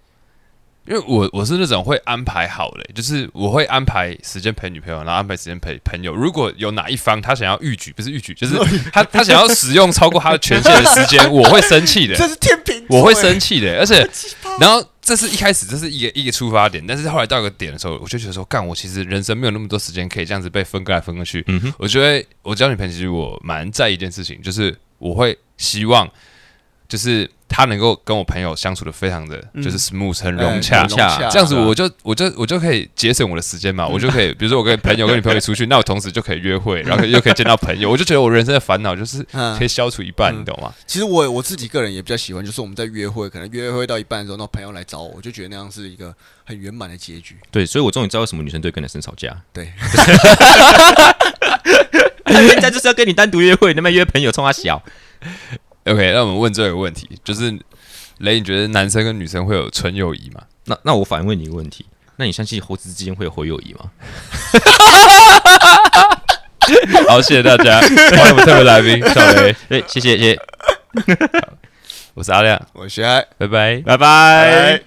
S2: 因为我我是那种会安排好的、就是我会安排时间陪女朋友，然后安排时间陪朋友。如果有哪一方他想要逾矩，不是逾矩，就是 他他想要使用超过他的权限的时间，我会生气的、
S1: 这是天平座欸、
S2: 我会生气的、而且
S1: 气爆，
S2: 然后这是一开始，这是一个一个出发点，但是后来到一个点的时候，我就觉得说，干，我其实人生没有那么多时间可以这样子被分割来分割去。
S3: 嗯哼，
S2: 我觉得我交女朋友，其实我蛮在意一件事情，就是我会希望，就是她能够跟我朋友相处的非常的就是 smooth 很融洽
S1: 哎，
S3: 融洽
S2: 这样子我就我就我就可以节省我的时间嘛，我就可以，比如说我跟朋友跟女朋友出去，那我同时就可以约会，然后又可以见到朋友，我就觉得我人生的烦恼就是
S1: 嗯
S2: 可以消除一半，
S1: 嗯
S2: 你懂吗？
S1: 其实我我自己个人也比较喜欢，就是我们在约会，可能约会到一半的时候，那朋友来找我，我就觉得那样是一个很圆满的结局。
S3: 对，所以我终于知道为什么女生对跟男生吵架。
S1: 对，
S3: 人家就是要跟你单独约会，那么约朋友冲他小。
S2: OK，那我们问这个问题，就是雷，你觉得男生跟女生会有纯友谊吗？
S3: 那那我反问你一个问题：那你相信猴子之间会有侯友谊吗？
S2: 好，谢谢大家，欢迎我们特别来宾小雷，
S3: 哎对，谢谢，谢谢，
S2: 我是阿亮，
S1: 我现在
S2: 拜拜。
S3: 拜拜。